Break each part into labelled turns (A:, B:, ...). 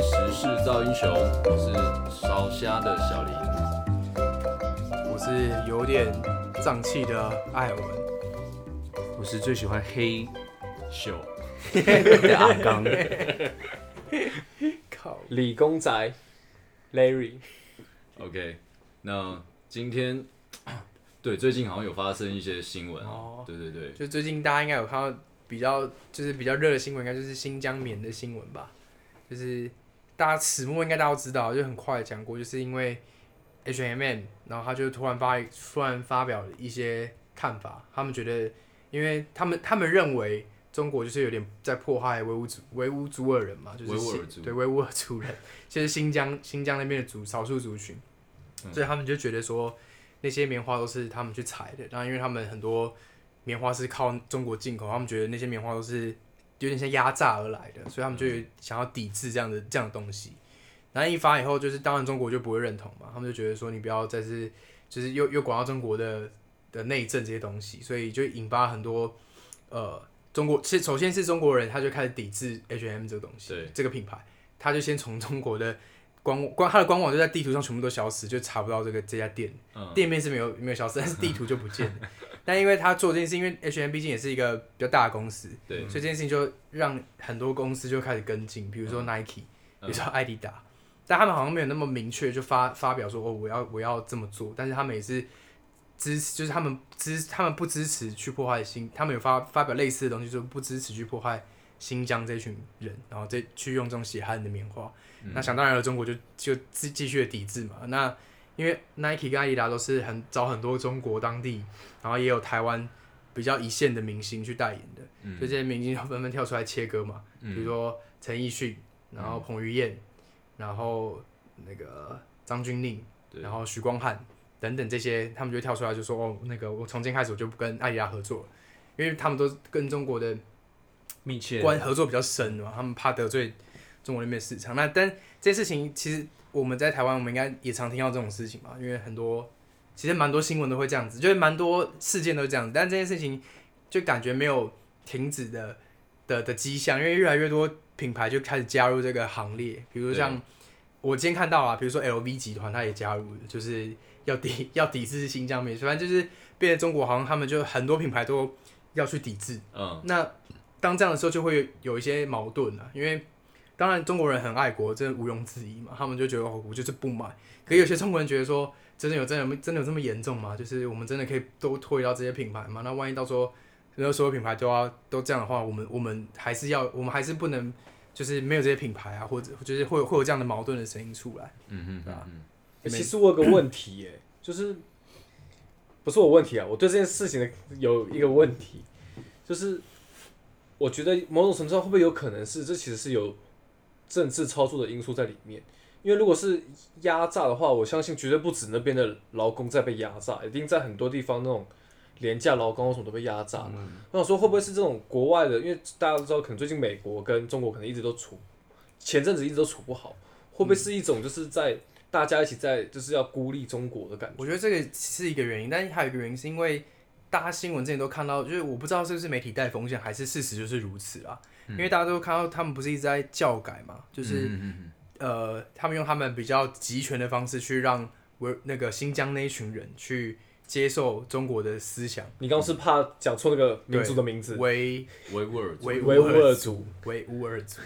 A: 制造英雄，我是烧虾的小林。
B: 我是有点胀气的艾文。
C: 我是最喜欢黑 秀的阿刚，
B: 靠，
D: 理工宅 Larry，
A: OK，那今天 对最近好像有发生一些新闻哦
B: 哦，
A: 对对对，
B: 就最近大家应该有看到比较就是比较热的新闻，应该就是新疆棉的新闻吧。就是大家始末应该大家都知道，就很快地讲过，就是因为 H&M，然后他就突然发突然发表了一些看法，他们觉得，因为他们他们认为中国就是有点在迫害维吾族维吾族尔人嘛，就是
A: 维吾尔
B: 新
A: 族
B: 对维吾尔族人，就是新疆新疆那边的族少数族群，
A: 嗯
B: 所以他们就觉得说那些棉花都是他们去采的，然后因为他们很多棉花是靠中国进口，他们觉得那些棉花都是有点像压榨而来的，所以他们就有想要抵制这样的这样的东西。然后一发以后，就是当然中国就不会认同嘛，他们就觉得说你不要再是就是又又管到中国的的内政这些东西，所以就引发很多呃中国，其实首先是中国人他就开始抵制 H&M 这个东西
A: 对，
B: 这个品牌，他就先从中国的官官他的官网就在地图上全部都消失，就查不到这个这家店，
A: 嗯，
B: 店面是没有没有消失，但是地图就不见了。但因为他做这件事，因为 H&M 毕竟也是一个比较大的公司，
A: 对，
B: 所以这件事情就让很多公司就开始跟进，比如说 Nike，、比如说艾迪达，但他们好像没有那么明确就发发表说哦，我要我要这么做，但是他们也是支持，就是他们支他们不支持去破坏新，他们有发发表类似的东西，说不支持去破坏新疆这群人，然后再去用这种血汗的棉花，那想当然了，中国就就继继续的抵制嘛，那。因为 Nike 跟艾迪达都是很找很多中国当地，然后也有台湾比较一线的明星去代言的，
A: 嗯
B: 所以这些明星就纷纷跳出来切割嘛，比如说陈奕迅，然
A: 嗯
B: 后彭于晏，然后那个张钧甯，
A: 对
B: 然后许光汉等等这些，他们就跳出来就说哦，那个我从今天开始我就不跟艾迪达合作了，因为他们都是跟中国的
C: 密切
B: 关合作比较深嘛，他们怕得罪中国那边的市场。那但这些事情其实我们在台湾，我们应该也常听到这种事情嘛，因为很多其实蛮多新闻都会这样子，就是蛮多事件都是这样子，但这件事情就感觉没有停止的的的迹象，因为越来越多品牌就开始加入这个行列，比如像我今天看到啊，比如说 LV 集团，它也加入了，就是要抵要抵制新疆棉，反正就是变得中国好像他们就很多品牌都要去抵制。
A: 嗯，
B: 那当这样的时候，就会有一些矛盾啊，因为当然中国人很爱国，这毋庸置疑嘛，他们就觉得、哦、我就是不买。可有些中国人觉得说，真的有真的有真的有这么严重吗？就是我们真的可以都脱离到这些品牌吗？那万一到时候如果所有品牌都要都这样的话，我们我们还是要我们还是不能就是没有这些品牌啊，或者就是会有会有这样的矛盾的声音出来。
A: 嗯
B: 对啊
A: 嗯
B: 没
D: 欸其实我有个问题耶，就是不是我问题啊，我对这件事情的有一个问题，就是我觉得某种程度上会不会有可能是这其实是有政治操作的因素在里面？因为如果是压榨的话，我相信绝对不止那边的劳工在被压榨，一定在很多地方那种廉价劳工什么都被压榨。那我说会不会是这种国外的？因为大家都知道，可能最近美国跟中国可能一直都处，前阵子一直都处不好，会不会是一种就是在大家一起在就是要孤立中国的感觉？
B: 我觉得这个是一个原因，但还有一个原因是因为大家新闻之前都看到，就是我不知道是不是媒体带风向，还是事实就是如此啦。
D: 嗯
B: 因为大家都看到他们不是一直在教改嘛，
A: 嗯
B: 就是、呃，他们用他们比较集权的方式去让维那个新疆那一群人去接受中国的思想，
D: 你刚刚是怕讲错那个民族的名字，
B: 维
A: 嗯，维吾尔族，
B: 维
D: 维吾尔族。
B: 维吾尔族，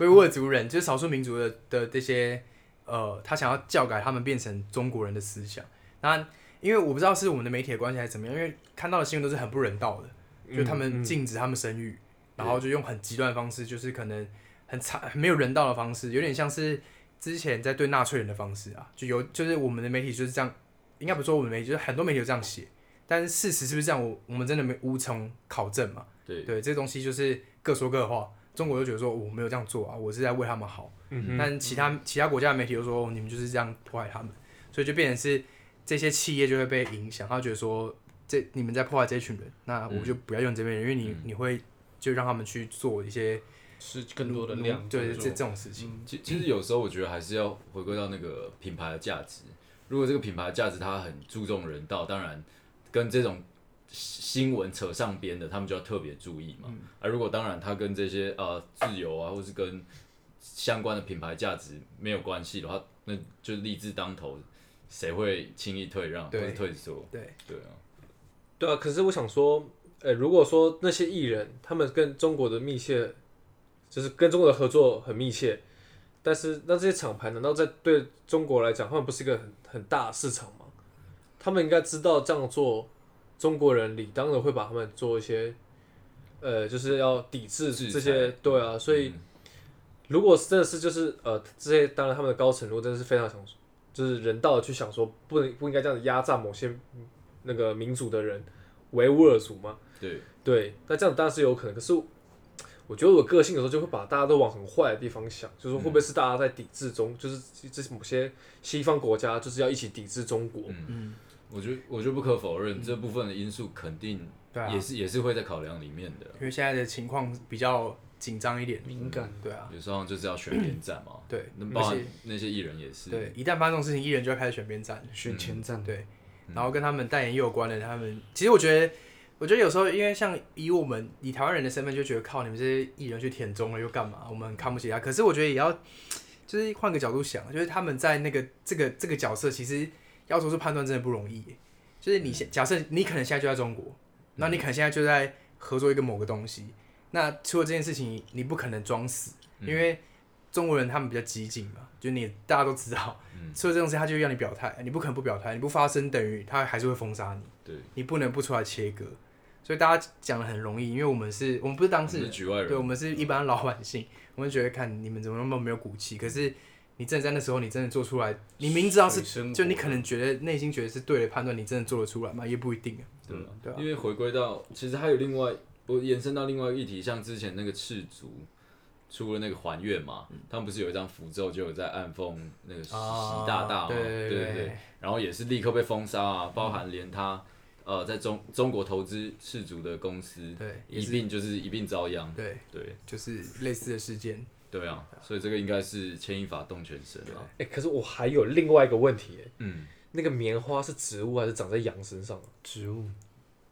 B: 维吾尔族人就是少数民族的的这些呃，他想要教改他们变成中国人的思想。那因为我不知道是我们的媒体的关系还是怎么样，因为看到的新闻都是很不人道
E: 嗯
B: 的，就他
D: 嗯
B: 们禁止他们生育，然后就用很极端的方式，就是可能很惨、很没有人道的方式，有点像是之前在对纳粹人的方式啊，就有就是我们的媒体就是这样，应该不是说我们的媒体，就是很多媒体有这样写，但是事实是不是这样，我我们真的没无从考证嘛。
A: 对，
B: 对，这东西就是各说各话。中国就觉得说我没有这样做啊，我是在为他们好。
D: 嗯
B: 但其他其他国家的媒体就说你们就是这样破坏他们，所以就变成是这些企业就会被影响，他觉得说这你们在破坏这群人，那我就不要用这边人，因为你你会就让他们去做一些
C: 是更多的
B: 奴
C: 量，
B: 嗯对这这种事情。
A: 其其实有时候我觉得还是要回归到那个品牌的价值。如果这个品牌的价值它很注重人道，当然跟这种新闻扯上
B: 嗯
A: 边的，他们就要特别注意嘛。啊，如果当然它跟这些呃自由啊，或是跟相关的品牌价值没有关系的话，那就立志当头，谁会轻易退让或
B: 对
A: 者退缩？
B: 对，
A: 对啊，
E: 对啊，可是我想说，呃，如果说那些艺人他们跟中国的密切，就是跟中国的合作很密切，但是那这些厂牌难道在对中国来讲，他们不是一个很很大的市场吗？他们应该知道这样做，中国人理当的会把他们做一些，呃，就是要抵制
A: 制裁
E: 这些，对啊，所以。如果真的是就是呃，这些当然他们的高层如果真的是非常想，就是人道的去想说，不能不应该这样子压榨某些嗯那个民族的人，维吾尔族嘛，
A: 对，
E: 对，那这样当然是有可能。可是我我觉得我个性有时候就会把大家都往很坏的地方想，就是说会不会
B: 嗯
E: 是大家在抵制中，就是这某些西方国家就是要一起抵制中国，
B: 嗯，
A: 我觉得我就不可否认、这部分的因素肯定
B: 对啊
A: 也，是也是会在考量里面的。
B: 因为现在的情况比较紧张一点，
E: 敏感。
B: 对啊，
A: 有时候就是要选边站嘛，
B: 对
A: 那
B: 而
A: 包含
B: 且
A: 那些艺人也是，
B: 对，一旦发生这种事情，艺人就会开始选边站，
C: 选前站，
B: 对，然后跟他们代言也有关的，他们其实我觉得，我觉得有时候因为像以我们以台湾人的身份，就觉得靠你们这些艺人去舔中了又干嘛？我们很看不起他。可是我觉得也要，就是换个角度想，就是他们在那个这个这个角色，其实要做出判断真的不容易耶。就是你现假设你可能现在就在中国，那你可能现在就在合作一个某个东西，那除了这件事情，你不可能装死，因为中国人他们比较激进嘛，就你大家都知道。所以这种事他就要你表态，你不可能不表态，你不发声等于他还是会封杀你，
A: 对，
B: 你不能不出来切割。所以大家讲的很容易，因为我们是我们不是当事
A: 我
B: 人
A: 们是，局外人
B: 对我们是一般老百姓，我们觉得看你们怎么那么没有骨气，可是你真的在那时候，你真的做出来，你明知道是
C: 水深火热
B: 就你可能觉得内心觉得是对的判断，你真的做得出来吗？也不一定啊。
A: 对吧
B: 对啊
A: 因为回归到，其实还有另外，我延伸到另外一个议题，像之前那个赤足出了那个还愿嘛，
B: 嗯
A: 他们不是有一张符咒就有在暗讽那个习
B: 啊
A: 习大大嘛，
B: 对对
A: 对
B: 对嗯
A: 对，然后也是立刻被封杀啊，包含连他呃在中中国投资赤足的公司，
B: 对也
A: 一
B: 是
A: 并就是一并遭殃，
B: 对，
A: 对
B: 就是类似的事件，
A: 对啊，所以这个应该是牵一发动全身啊，
E: 哎、可是我还有另外一个问题、哎
A: 嗯，
E: 那个棉花是植物还是长在羊身上啊？
C: 植物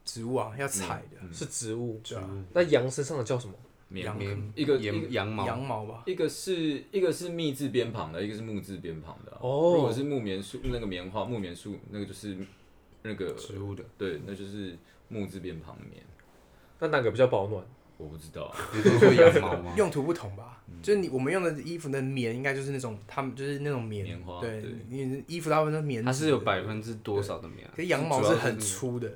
B: 植物啊要采的
E: 是植物，
B: 对啊
E: 那羊身上的叫什么？
A: 棉
B: 羊
A: 坑一个一个
C: 羊羊毛，
B: 羊毛吧，
A: 一个是一个是密字边旁的，一个是木字边旁的啊、
E: 哦
A: 如果是木棉树，那个棉花木棉树，那个就是那个
C: 植物的，
A: 对，那就是木字边旁的棉。
E: 那哪个比较保暖？
A: 我不知道啊，
C: 你都说羊毛 吗？
B: 用途不同吧，就是你我们用的衣服的棉应该就是那种他们就是那种棉，
A: 棉花
B: 对
A: 对，
B: 你衣服大部分都是棉质的，
C: 它是有百分之多少的棉啊？
B: 可是羊毛
C: 主要
B: 是
C: 是
B: 很
C: 那个
B: 粗的，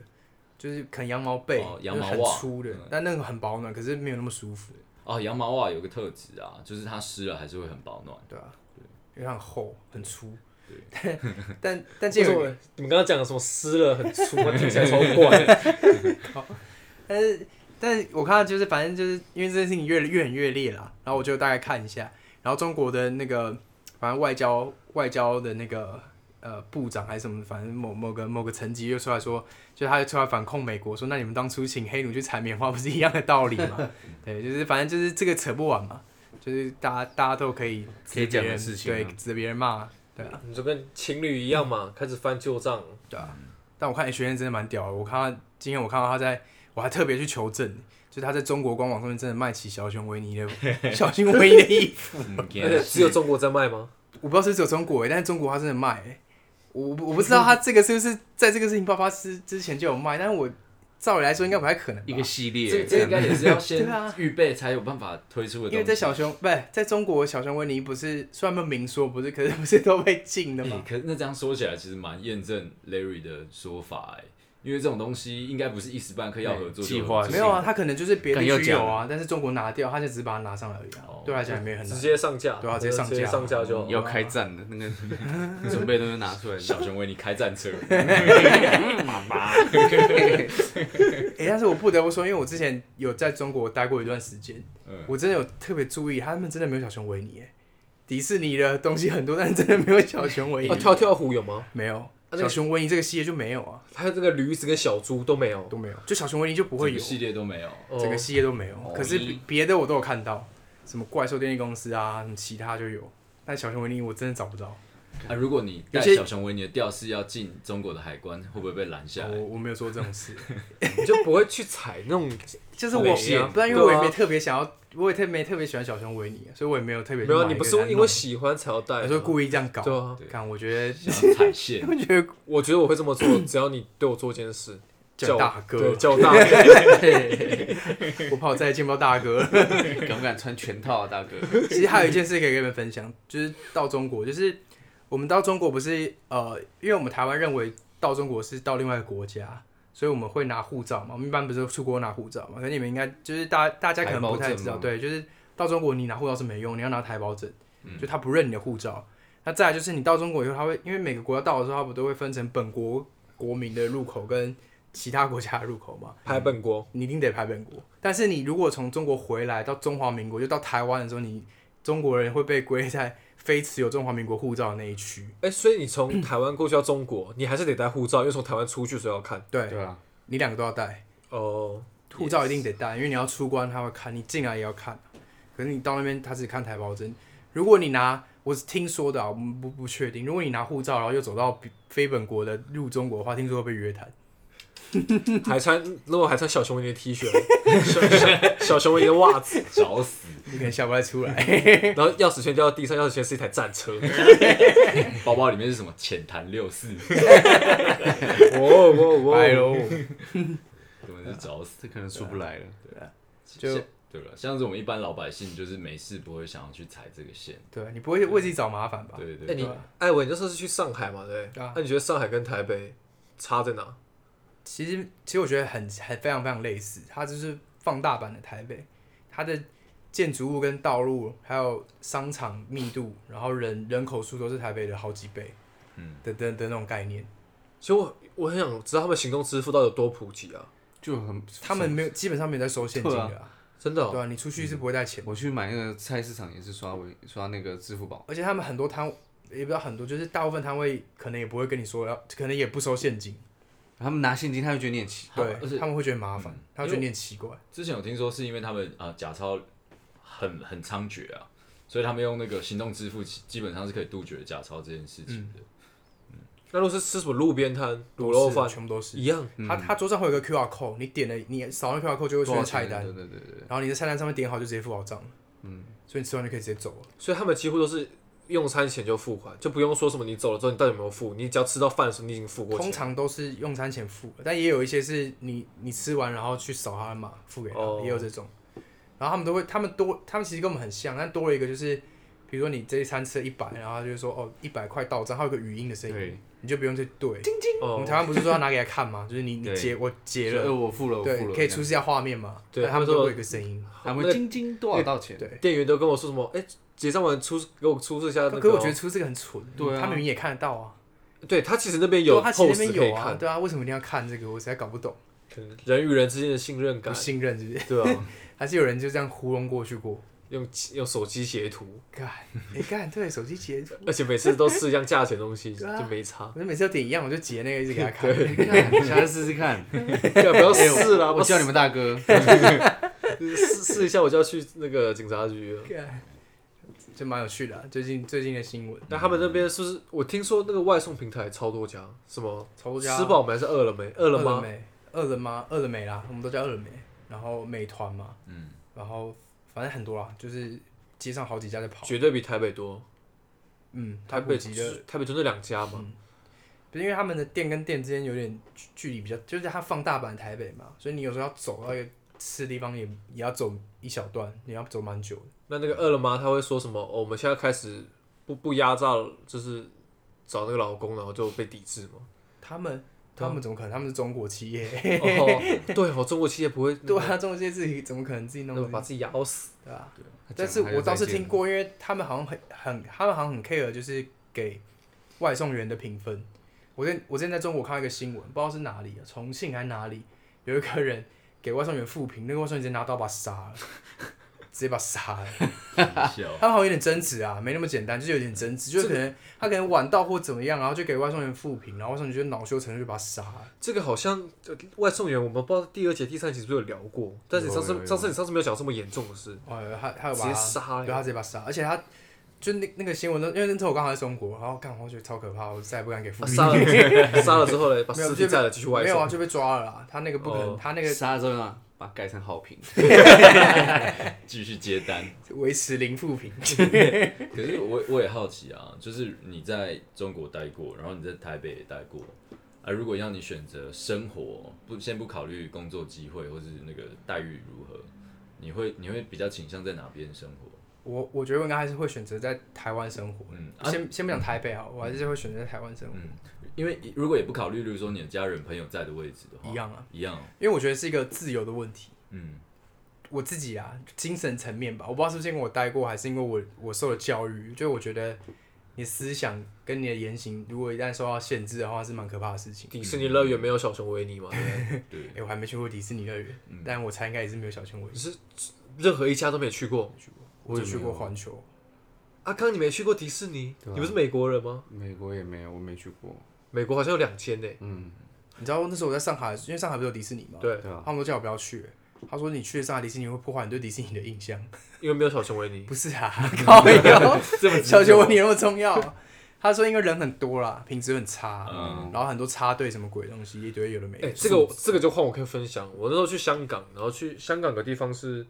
B: 就是可能羊毛被、
A: 哦羊毛
B: 就是
A: 袜
B: 很粗的
A: 嗯，
B: 但那个很保暖，可是没有那么舒服，
A: 哦，羊毛袜有个特质啊，就是它湿了还是会很保暖。
B: 对吧、因为它很厚很粗， 但但但这
E: 为什
B: 有一个
E: 么你们刚刚讲的什么湿了很粗，我听起来 超怪。
B: 但是，但是我看到就是，反正就是因为这件事情越越演越烈啦，然后我就大概看一下，然后中国的那个，反正外交外交的那个呃部长还是什么，反正某某个某个层级又出来说，就他就出来反控美国，说那你们当初请黑奴去采棉花不是一样的道理 吗？对，就是反正就是这个扯不完嘛，就是大家大家都可以
C: 可
B: 指别
C: 以讲的
B: 人
C: 事情啊
B: 对，指着别人骂，对啊。
E: 你就跟情侣一样嘛，开始翻旧账。
B: 对啊，但我看 H N 真的蛮屌的。我看他今天我看到他在，我还特别去求证，就是他在中国官网上面真的卖起小熊维尼的小熊维尼的衣服。
A: 嗯
E: 而且只有中国在卖吗？
B: 我不知道是不是只有中国、欸，但是中国他真的卖、欸。我我不我不知道他这个是不是在这个事情爆发之之前就有卖，但是我照理来说应该不太可能吧
C: 一个系
A: 这
C: 列，
A: 这应该也是要先
B: 对啊
A: 预备才有办法推出的东西。啊
B: 因为在小熊不是在中国小熊维尼不是虽然没有明说不是，可是不是都被禁的
A: 欸
B: 吗？
A: 可是那这样说起来，其实蛮验证 Larry 的说法哎、因为这种东西应该不是一时半刻要合作就
C: 计
A: 合
C: 划
A: 作
B: 没有啊，他可能就是别的
C: 更要
B: 区有
C: 讲
B: 啊，但是中国拿掉，他就只是把它拿上来而已啊。
A: 哦
B: 对他来讲也没有很难
E: 直。接上架，
B: 对啊直接上架
E: 直接上架就好。
C: 要开战的那 个准备的东西拿出 来，
A: 小熊为你开战车，
C: 嗯
B: 哎、但是我不得不说，因为我之前有在中国待过一段时间，
A: 嗯，
B: 我真的有特别注意，他们真的没有小熊维尼耶。迪士尼的东西很多，但真的没有小熊维尼。
E: 啊，跳跳虎有吗？
B: 没有
E: 啊那个
B: 小熊维尼这个系列就没有啊，
E: 还有这个驴子跟小猪哦都没有。
B: 都没有，就小熊维尼就不
A: 不
B: 会有，
A: 系列都没有。
E: 哦
B: 整个系列都没有。
C: 哦
B: 可是
C: 一
B: 别的我都有看到，什么怪兽电力公司啊，什么其他就有，但小熊维尼我真的找不到，
A: 啊，如果你带
B: 有些
A: 小熊维尼的吊饰要进中国的海关，会不会被拦下来
B: 我？我没有做这种事，
E: 你就不会去踩那种
B: 就是我
E: 美啊
B: 不但因为我也
E: 对啊
B: 没特别想要我也特没特别喜欢小熊维尼，所以我也没有特别去
E: 没有啊，
B: 买
E: 你
B: 一
E: 不
B: 个
E: 是
B: 来
E: 因
B: 弄
E: 为喜欢才要戴
B: 我
E: 的
B: 说
E: 吗？
B: 故意这样搞，
E: 对啊，
A: 对
B: 看我觉得，
A: 想要踩线，
B: 我觉得
E: 我觉得我会这么 做，只要你对我做一件事，
B: 叫大
E: 对，
B: 哥，
E: 叫我大 哥，
B: 我怕我再也见不到大哥 了。
C: 敢不敢穿全套啊，大哥？
B: 其实还有一件事可以跟你们分享，就是到中国，就是我们到中国不是呃，因为我们台湾认为到中国是到另外一个国家，所以我们会拿护照嘛。我们一般不是出国拿护照嘛？可是你们应该就是大大家可能不太知道，
C: 台胞证吗
B: 对，就是到中国你拿护照是没用，你要拿台胞证，
C: 嗯
B: 就他不认你的护照。那再来就是你到中国以后，他会因为每个国家到的时候，他不都会分成本国国民的入口跟其他国家的入口嘛？
E: 拍本国，
B: 你一定得排本国。但是你如果从中国回来到中华民国，就到台湾的时候，你中国人会被归在非持有中华民国护照的那一区。
E: 哎，所以 你从台湾过去到中国，你还是得带护照，因为从台湾出去所以要看。
B: 对，
C: 对啊，
B: 你两个都要带，
E: 哦，
B: 护照一定得带，因为你要出关他会看，你进来也要看。可是你到那边他只看台胞证。如果你拿，我是听说的、啊，我们不不确定。如果你拿护照，然后又走到比非本国的入中国的话，听说会被约谈。
E: 还穿，如果还穿小熊维尼的 T 恤，小小小熊维尼的袜子，
A: 找死，
B: 你可能下不太出来。
E: 然后钥匙圈掉到地上，钥匙圈是一台战 车。
A: 包包里面是什么？浅谈六四，
E: 哦哦
B: 拜喽！
A: 根本是找死。
C: 哎这可能出不来了。啊
B: 就
A: 像对了，像是我们一般老百姓，就是没事不会想要去踩这个线。
B: 对你不会为自己找麻烦吧？
A: 对对
E: 哎，
A: 对，
E: 你艾文，你那时候是去上海嘛？对不
B: 对
E: 对
B: 啊？
E: 那你觉得上海跟台北差在哪？
B: 其实其实我觉得很很非常非常类似，它就是放大版的台北，它的建筑物跟道路还有商场密度，然后人人口数都是台北的好几倍，嗯，的的的那种概念，
E: 其实我我很想知道他们行动支付到底有多普及啊！
C: 就很
B: 他们没有基本上没有在收现金的、啊，
E: 真的哦、
B: 对啊，你出去是不会带钱，
C: 我去买那个菜市场也是刷微刷那个支付宝，
B: 而且他们很多摊也不知道很多，就是大部分摊位可能也不会跟你说要，可能也不收现金，
C: 他们拿现金他就觉得你很奇怪，
A: 而且
B: 对，他们会觉得麻烦，他会觉得你很奇怪，
A: 之前有听说是因为他们啊、呃假钞很很猖獗啊，所以他们用那个行动支付基基本上是可以杜绝假钞这件事情的。
B: 嗯
E: 那如果是吃什么路边摊卤
B: 都
E: 肉
B: 哦是
E: 饭，
B: 全部都是，
E: 一样
B: 他他桌上会有一个 QR code，你点了你扫那 QR code 就会出现
C: 多少
B: 菜
C: 钱
B: 单
C: 对。对对对，
B: 然后你在菜单上面点好就直接付好账了。嗯，所以你吃完就可以直接走了。
E: 所以他们几乎都是用餐前就付款，就不用说什么你走了之后你到底有没有付，你只要吃到饭的时候你已经付过
B: 通
E: 钱。
B: 常都是用餐前付，但也有一些是你你吃完然后去扫他的码付给他，
E: 哦
B: 也有这种。然后他们都会，他们多，他们其实跟我们很像，但多了一个就是，比如说你这一餐吃了一百，然后他就说哦一百块到账，还有一个语音的声音，
C: 对
B: 你就不用去对。我们
E: 哦，
B: 台湾不是说要拿给他看吗？就是你你
C: 对
B: 结我结
C: 就呃
B: 了，
C: 我付了，我付
B: 对，
C: 了，
B: 可以出示一下画面嘛？
E: 对
B: 但他们
E: 他们
B: 都
E: 说
B: 会有一个声音。
C: 这样，他们
E: 那
C: 晶晶多少多少钱？
B: 对
E: 店员都跟我说什么？哎、结账完出给我出示一下那个哦、
B: 可是我觉得出这个很蠢，
C: 对啊
B: 他明明也看得到啊，
E: 对他其实那边有
B: 对他其实
E: POS
B: 那边
E: 可以
B: 有啊，
E: 看，
B: 对啊，为什么一定要看这个？我实在搞不懂。
E: 可能人与人之间的信任
B: 不
E: 感，
B: 信任是不 是？
E: 对啊，
B: 还是有人就这样糊弄过去过？
E: 用用手机截图，
B: 干，哎、干，对，手机截图，
E: 而且每次都是一样价钱的东 西，
B: 对啊
E: 就没差。
B: 我就每次都点一样，我就截那个一直给他看。
C: 对，下次试试看，
E: 对啊不要试了，
C: 哎我叫你
E: 们
C: 们大哥，
E: 试试一下，我就要去那个警察局了。
B: 干，就蛮有趣的啊、最近最近的新闻，
E: 那他们那边是不是？我听说那个外送平台超多家，什么
B: 超多家
E: 吃饱没还是饿了没？饿了吗？
B: 没？饿了吗？饿了没啦？我们都叫饿了没。然后美团嘛，
A: 嗯，
B: 然后反正很多啦，就是街上好几家在跑。
E: 绝对比台北多。
B: 嗯，它
E: 台北
B: 普及嗯的
E: 就台北就那两家嘛，
B: 不是因为他们的店跟店之间有点距距离比较，就是它放大版台北嘛，所以你有时候要走到一个吃的地方也也要走一小段，你要走蛮久的。
E: 那那个饿了吗？他会说什么？哦，我们现在开始不不压榨，就是找那个老公，然后就被抵制 嘛。
B: 他们
E: 对啊
B: 他们怎么可能？他们是中国企业，
E: 哦，对哦，中国企业不会
B: 对啊，中国企业自己怎么可能自己
E: 那
B: 弄
E: 么把
B: 的？
E: 自己咬死。
B: 对啊，
C: 他讲
B: 但是
C: 他就
B: 我倒是
C: 再见
B: 听过，因为他们好像很很，他们好像很 care 就是给外送员的评分。我在我之前在中国看到一个新闻，不知道是哪里啊，重庆还是哪里，有一个人给外送员负评，那个外送员直接拿刀把他杀了， 直接把他杀了。
A: 笑，
B: 他们好像有点争执啊，没那么简单，就是有点争执，就是可能他可能晚到或怎么样，然后就给外送员负评，然后外送员就恼羞成怒就把他杀了。
E: 这个好像呃外送员，我们不知道第二节、第三集是不是有聊过？但是你上
C: 有
E: 次
C: 有有
E: 上次你上次没有讲这么严重的 事，
B: 哦，他他有
E: 直
B: 把
E: 接
B: 他
E: 杀
B: 对他
E: 了。
B: 直接把他杀，而且他就那那个新闻都，因为那时候我刚好在中国，然后干，我觉得超可怕，我再也不敢给父
E: 啊
B: 母
E: 杀了杀了之后呢，把
B: 没有
E: 尸
B: 就
E: 体
B: 被
E: 载了继续外
B: 没有
E: 送
B: 啊，。就被抓了啦。他那个不可能，
E: 哦
B: 他那个
C: 杀了之后呢，
E: 啊
C: 把它改成好评。
A: 继续接 单。
B: 维持零负评。
A: 可是我我也好奇啊，就是你在中国待过，然后你在台北也待过啊。如果要你选择生活，不先不考虑工作机会或是那个待遇如何，你会你会比较倾向在哪边生活？
B: 我我觉得我应该还是会选择在台湾生活。
A: 嗯
B: 先先不讲台北啊，我还是会选择在台湾生活，
A: 因为如果也不考虑，例如说你的家人朋友在的位置
E: 嗯
A: 的话，
B: 一样啊，
A: 一样哦，
B: 因为我觉得是一个自由的问题。
A: 嗯
B: 我自己啊，精神层面吧，我不知道是不是因为我待过，还是因为我我受的教育，就我觉得你思想跟你的言行，如果一旦受到限制的话，是蛮可怕的事情。
E: 迪士尼乐园没有小熊 维尼嘛？对不对
A: 对
B: 哎、我还没去过迪士尼乐园，
E: 嗯
B: 但我猜应该也是没有小熊维尼。
E: 任何一家都没去过。
B: 我只去过环球，
E: 阿康，你没去过迪士尼？
C: 对啊
E: 你不是美国人吗？
C: 美国也没有，我没去过。
E: 美国好像有两间呢。
C: 嗯，
B: 你知道那时候我在上海，因为上海不是有迪士尼嘛，
E: 对，
C: 对啊，
B: 他们都叫我不要去、他说你去上海迪士尼会破坏你对迪士尼的印象。
E: 因为没有小熊维尼。
B: 不是啊，靠没 有，小熊维尼那么重要。他说因为人很多啦，品质很差，
A: 嗯
B: 然后很多插队什么鬼东西，一堆有的没的。
E: 哎、这个我这个就换我可以分享。我那时候去香港，然后去香港有个地方是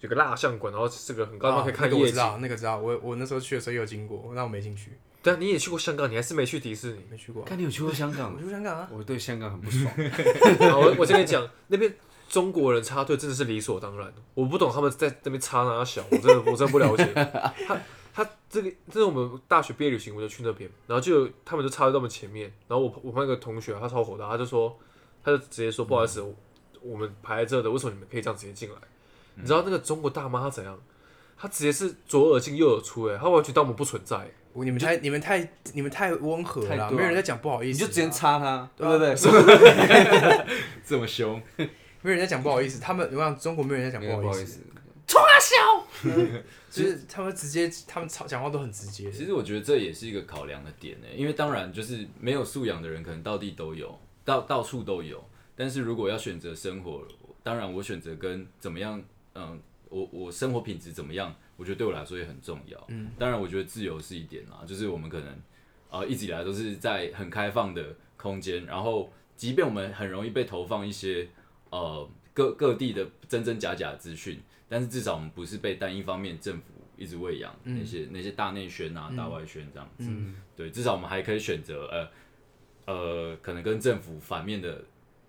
E: 有个蜡像馆，然后这个很高，然后可以看
B: 那个我
E: 夜
B: 啊知
E: 景。
B: 道，那个知道，我我那时候去的时候也有经过，那我没进去，。
E: 对啊，你也去过香港，你还是没去迪士尼
B: 没去过啊。
C: 看你有去过香港
B: 我去香港啊，
C: 我对香港很不爽。
E: 好，我我先跟你讲，那边中国人插队真的是理所当然。我不懂他们在那边插哪小，我真的我真的不了解。 他他这个，这是我们大学毕业旅行，我就去那边，然后就有他们就插在我们前面，然后我我那个同学他超火大，他就说，他就直接说不好意思，我我们排在这的，为什么你们可以这样直接进来？你知道那个中国大妈她怎样？她直接是左耳进右耳出、欸，哎，她完全当我们不存在、欸
B: 我你们太你们太你们太温和
C: 太
B: 了啦，
C: 对啊
B: 没有人在讲不好意
C: 你
B: 思，
C: 就直接，插他，
B: 对
C: 对
B: 啊
C: 不对？
A: 这么凶，
B: 没有人在讲不好意思，他们我想中国没有人在讲
C: 不
B: 不
C: 好
B: 好
C: 意
B: 意思，
C: 思，
B: 就是他们直接他们吵讲话都很直接，
A: 其实我觉得这也是一个考量的点呢，因为当然就是没有素养的人，可能到地都有，到到处都有。但是如果要选择生活，当然我选择跟怎么样，嗯，我我生活品质怎么样，我觉得对我来说也很重要。嗯，当然我觉得自由是一点啦，就是我们可能呃一直以来都是在很开放的空间，然后即便我们很容易被投放一些呃各各地的真真假假的资讯，但是至少我们不是被单一方面政府一直喂养、
B: 嗯
A: 那些那些大内宣啊、大外宣这样子。对，至少我们还可以选择呃呃，可能跟政府反面的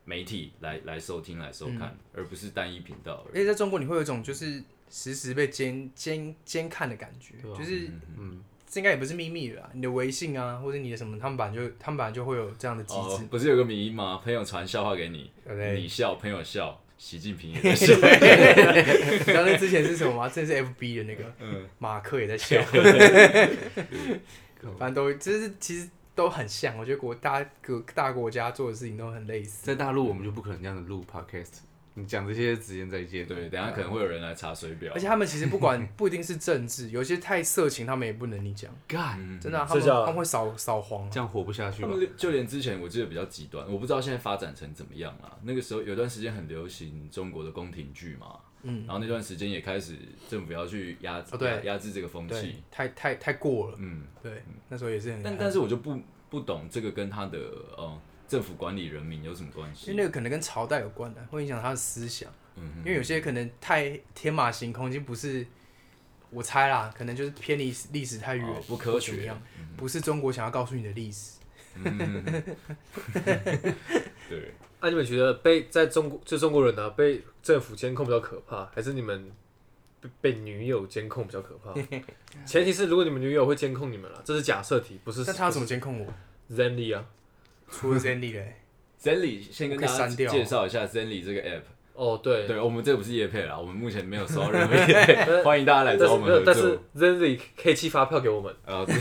A: 媒体来来收听、来收看，
B: 嗯
A: 而不是单一频道而
B: 而且在中国，你会有一种就是时时被监监监看的感觉，就是嗯，这应该也不是秘密了啦。你的微信啊，或者你的什么，他们本来就他们本来就会有这样的
A: 已。
B: 机
A: 哦
B: 制，，
A: 不是有个迷因吗？朋友传笑话给你，
B: 对不对？
A: 你笑，朋友笑，习近平也 在笑。
B: 你知道那之前是什么吗？这是 FB 的那
A: 嗯
B: 个，马克也在笑， 反正都就是其实都很像。我觉得国大各大国家做的事情都很类似。
C: 在大陆我们就不可能这样子录 podcast。你讲这些直言再见，
A: 对，等一下可能会有人来查水表
B: 而。且他们其实不 管不一定是政治，有些太色情，他们也不能你讲。
C: ，God，
B: 真的啊，他们
E: 是啊
B: 他们会扫扫黄啊，
C: 这样活不下去
A: 他
C: 了
A: 们。就连之前我记得比较极端，我不知道现在发展成怎么样啦。那个时候有段时间很流行中国的宫廷剧嘛，嗯，然后那段时间也开始政府要去压制、
B: 哦对
A: 压压制这个风
B: 对
A: 气，，
B: 太太太过了。
A: 嗯，
B: 对，啊那时候也是很，
A: 但但是我就不不懂这个跟他的呃政府管理人民有什么关
B: 因为
A: 系？
B: 那个可能跟朝代有关的、会影响他的思想。
A: 嗯
B: 因为有些可能太天马行空，已经不是我猜啦，可能就是偏离历史太远、
A: 哦不科学嗯
B: 或怎么样，不是中国想要告诉你的历史。
A: 对，
E: 那、你们觉得被在中国就中国人呢、啊、被政府监控比较可怕，还是你们被被女友监控比较可怕？ 前提是如果你们女友会监控你们了，这是假设题，不是。
B: 但他要怎么监控我？
E: Zenly 啊？
B: 除了 Zenly 嘞，
A: Zenly 先跟
B: 我可
A: 大
B: 以
A: 家
B: 删掉
A: 介绍一下 Zenly 这个 app。
E: 哦，对，
A: 对我们这不是叶配啦，我们目前没有收到任何业 配，欢迎大家来
E: 但
A: 找
E: 是
A: 我
E: 没
A: 们
E: 有，
A: 合
E: 但
A: 作
E: 是。Zenly 可以寄发票给我们。
A: 啊， 对，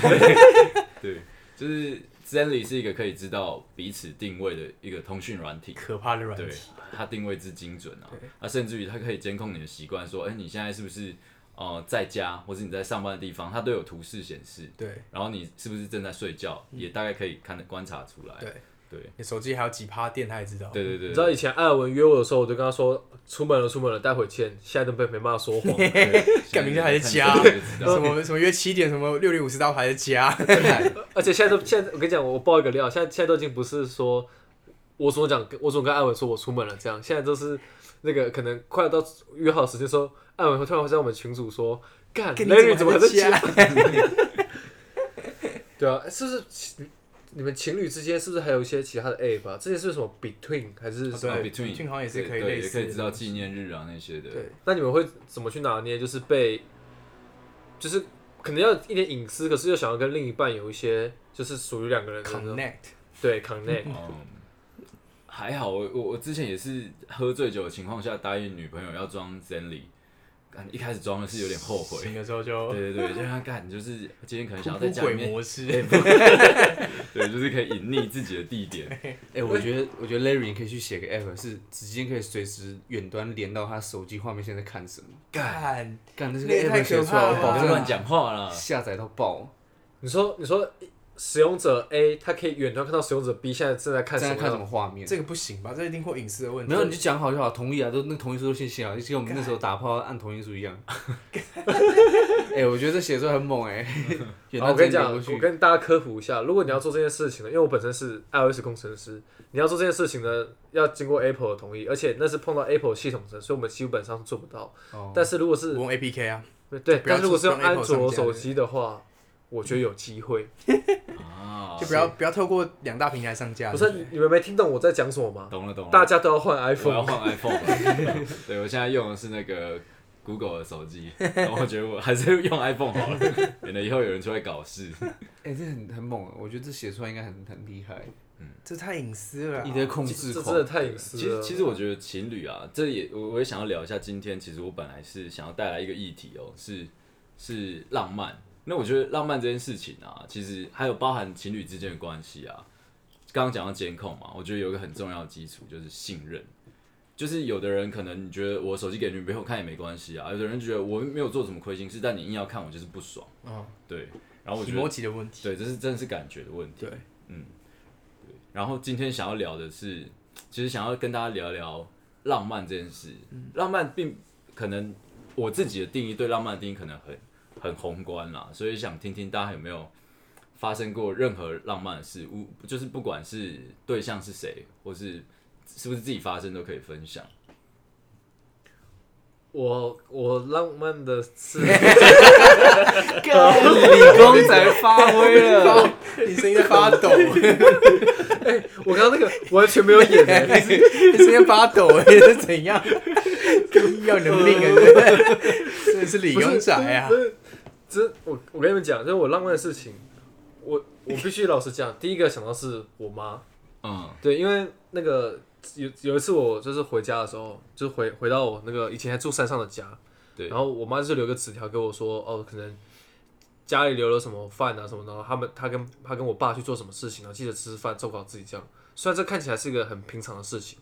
A: 对，就是 Zenly 是一个可以知道彼此定位的一个通讯软体，
B: 可怕的软
A: 对
B: 件。，
A: 它定位之精准啊，啊，甚至于它可以监控你的习惯，说，哎、你现在是不是呃在家，或是你在上班的地方，它都有图示显示，
B: 对
A: 然后你是不是正在睡觉，也大概可以看得观察出来，
B: 嗯对哦
A: 对，
B: 你手机还有几趴电，他也知道。
A: 对对对，
E: 你知道以前艾尔文约我的时候，我就跟他说出门了，出门了，待会见。现在都被没办法说谎。
B: 干明天还在家
A: 加，现在看就知
B: 什
A: 道
B: 么什么约七点，什么六点五十到还在家，
E: 而且现在都现在，我跟你讲，我爆一个料，现在现在都已经不是说。我总讲，我总跟艾文说我出门了，这样现在都是那个可能快要到约好时间的时候，艾文会突然会在我们群组说，干
B: 干
E: Larry 怎么还在
B: 家
E: 家？？对啊，是不是情你们情侣之间是不是还有一些其他的 app 啊？这些是什么 Between 还是什么？
B: 对
A: 啊 between
B: 俊豪也是
A: 对
B: 可以
A: 对
B: 类
A: 也
B: 似
A: 可以知道
B: 的东西
A: 纪念日啊那些的。
B: 对，
E: 那你们会怎么去拿捏？就是被，就是可能要一点隐私，可是又想要跟另一半有一些，就是属于两个人的那种
B: connect
E: 对 connect。
A: 嗯，还好，我我我之前也是喝醉酒的情况下答应女朋友要装 Zenly，干一开始装的是有点后悔。
B: 醒的时候就
A: 对对对，就让他干，就是今天可能想
B: 哭
A: 要在
B: 哭
A: 家里
B: 鬼
A: 面，
B: 模式，
A: 对，就是可以隐匿自己的地点。
C: 哎、我觉得，我觉得 Larry 你可以去写个 app，是直接可以随时远端连到他手机画面现在看什么。
B: 干
C: 干，这个
B: 那也
C: app
B: 太
C: 写
B: 可
C: 出
B: 怕
C: 来，
B: 了
C: 我
A: 不
C: 保
A: 要
C: 证
A: 乱讲啊话啦。
C: 下载到爆。
E: 你说，你说，使用者 A 他可以远端看到使用者 B 现在正在看
C: 正
E: 什
C: 在
E: 么
C: 看什
E: 样
C: 么画面？
B: 这个不行吧？这一定会有隐私的问题。
C: 没有，你就讲好就好，同意啊，都那同意书都先写好，就跟我们那时候打炮按同意书一样。哎、我觉得这写出来很猛哎、远
E: 好，
C: 端
E: 我跟
C: 直
E: 你
C: 接
E: 讲，
C: 连过去
E: 我跟大家科普一下，如果你要做这件事情呢，因为我本身是 iOS 工程师，你要做这件事情呢，要经过 Apple 的同意，而且那是碰到 Apple 系统的，所以我们基本上是做不到。
C: 哦
E: 但是如果是
B: 我用 APK 啊，
E: 对，
B: 不要
E: 但如果是用
B: 用 Apple
E: 安卓
B: 上架
E: 手机的话，我觉得有机会。
A: 啊，
B: 就不要不要透过两大平台上架。
E: 不
B: 对
E: 是你们没听懂我在讲什么吗？
A: 懂了懂了。
E: 大家都要换
A: 我要
E: iPhone，
A: 换 iPhone 了。对，我现在用的是那个 Google 的手机，然后我觉得我还是用 iPhone 好了， 免得以后有人出来搞事。
C: 哎、这很很猛啊，我觉得这写出来应该很很厉害，
B: 这太隐私了啊。
C: 一堆控
E: 这
C: 制
E: 这
C: 狂
E: 真的。太隐私
A: 其实
E: 了。
A: 其实我觉得情侣啊，这也我我也想要聊一下。今天其实我本来是想要带来一个议题哦，是是浪漫。那我觉得浪漫这件事情啊，其实还有包含情侣之间的关系啊。刚刚讲到监控嘛，我觉得有一个很重要的基础就是信任。就是有的人可能你觉得我手机给女朋友看也没关系啊，有的人觉得我没有做什么亏心事，但你硬要看我就是不爽。
B: 嗯，
A: 对，然后我觉得
B: 逻辑的问题。
A: 对，这是真的是感觉的问题。嗯
B: 对，
A: 然后今天想要聊的是，其实想要跟大家聊聊浪漫这件事。浪漫并可能我自己的定义对浪漫的定义可能很很宏观啦，所以想听听大家有没有发生过任何浪漫的事，无就是不管是对象是谁，或是是不是自己发生都可以分享。
E: 我我浪漫的是，
C: 理工仔发挥了，
B: 你声音在发抖，
E: 我刚刚那个完全没有演欸
B: 你声音在发抖， 哎，是怎样？要能命啊！对不对真的是理工仔啊
E: 呃不！是，这我我跟你们讲，就是我浪漫的事情，我我必须老实讲，第一个想到是我妈，
A: 嗯，
E: 对，因为那个有有一次我就是回家的时候，就是回回到我那个以前还住山上的家，
A: 对
E: 然后我妈就是留个纸条给我说，哦，可能家里留了什么饭啊什么的，然后他们他跟他跟我爸去做什么事情，然后啊记得吃饭，照顾好自己这样。虽然这看起来是一个很平常的事情，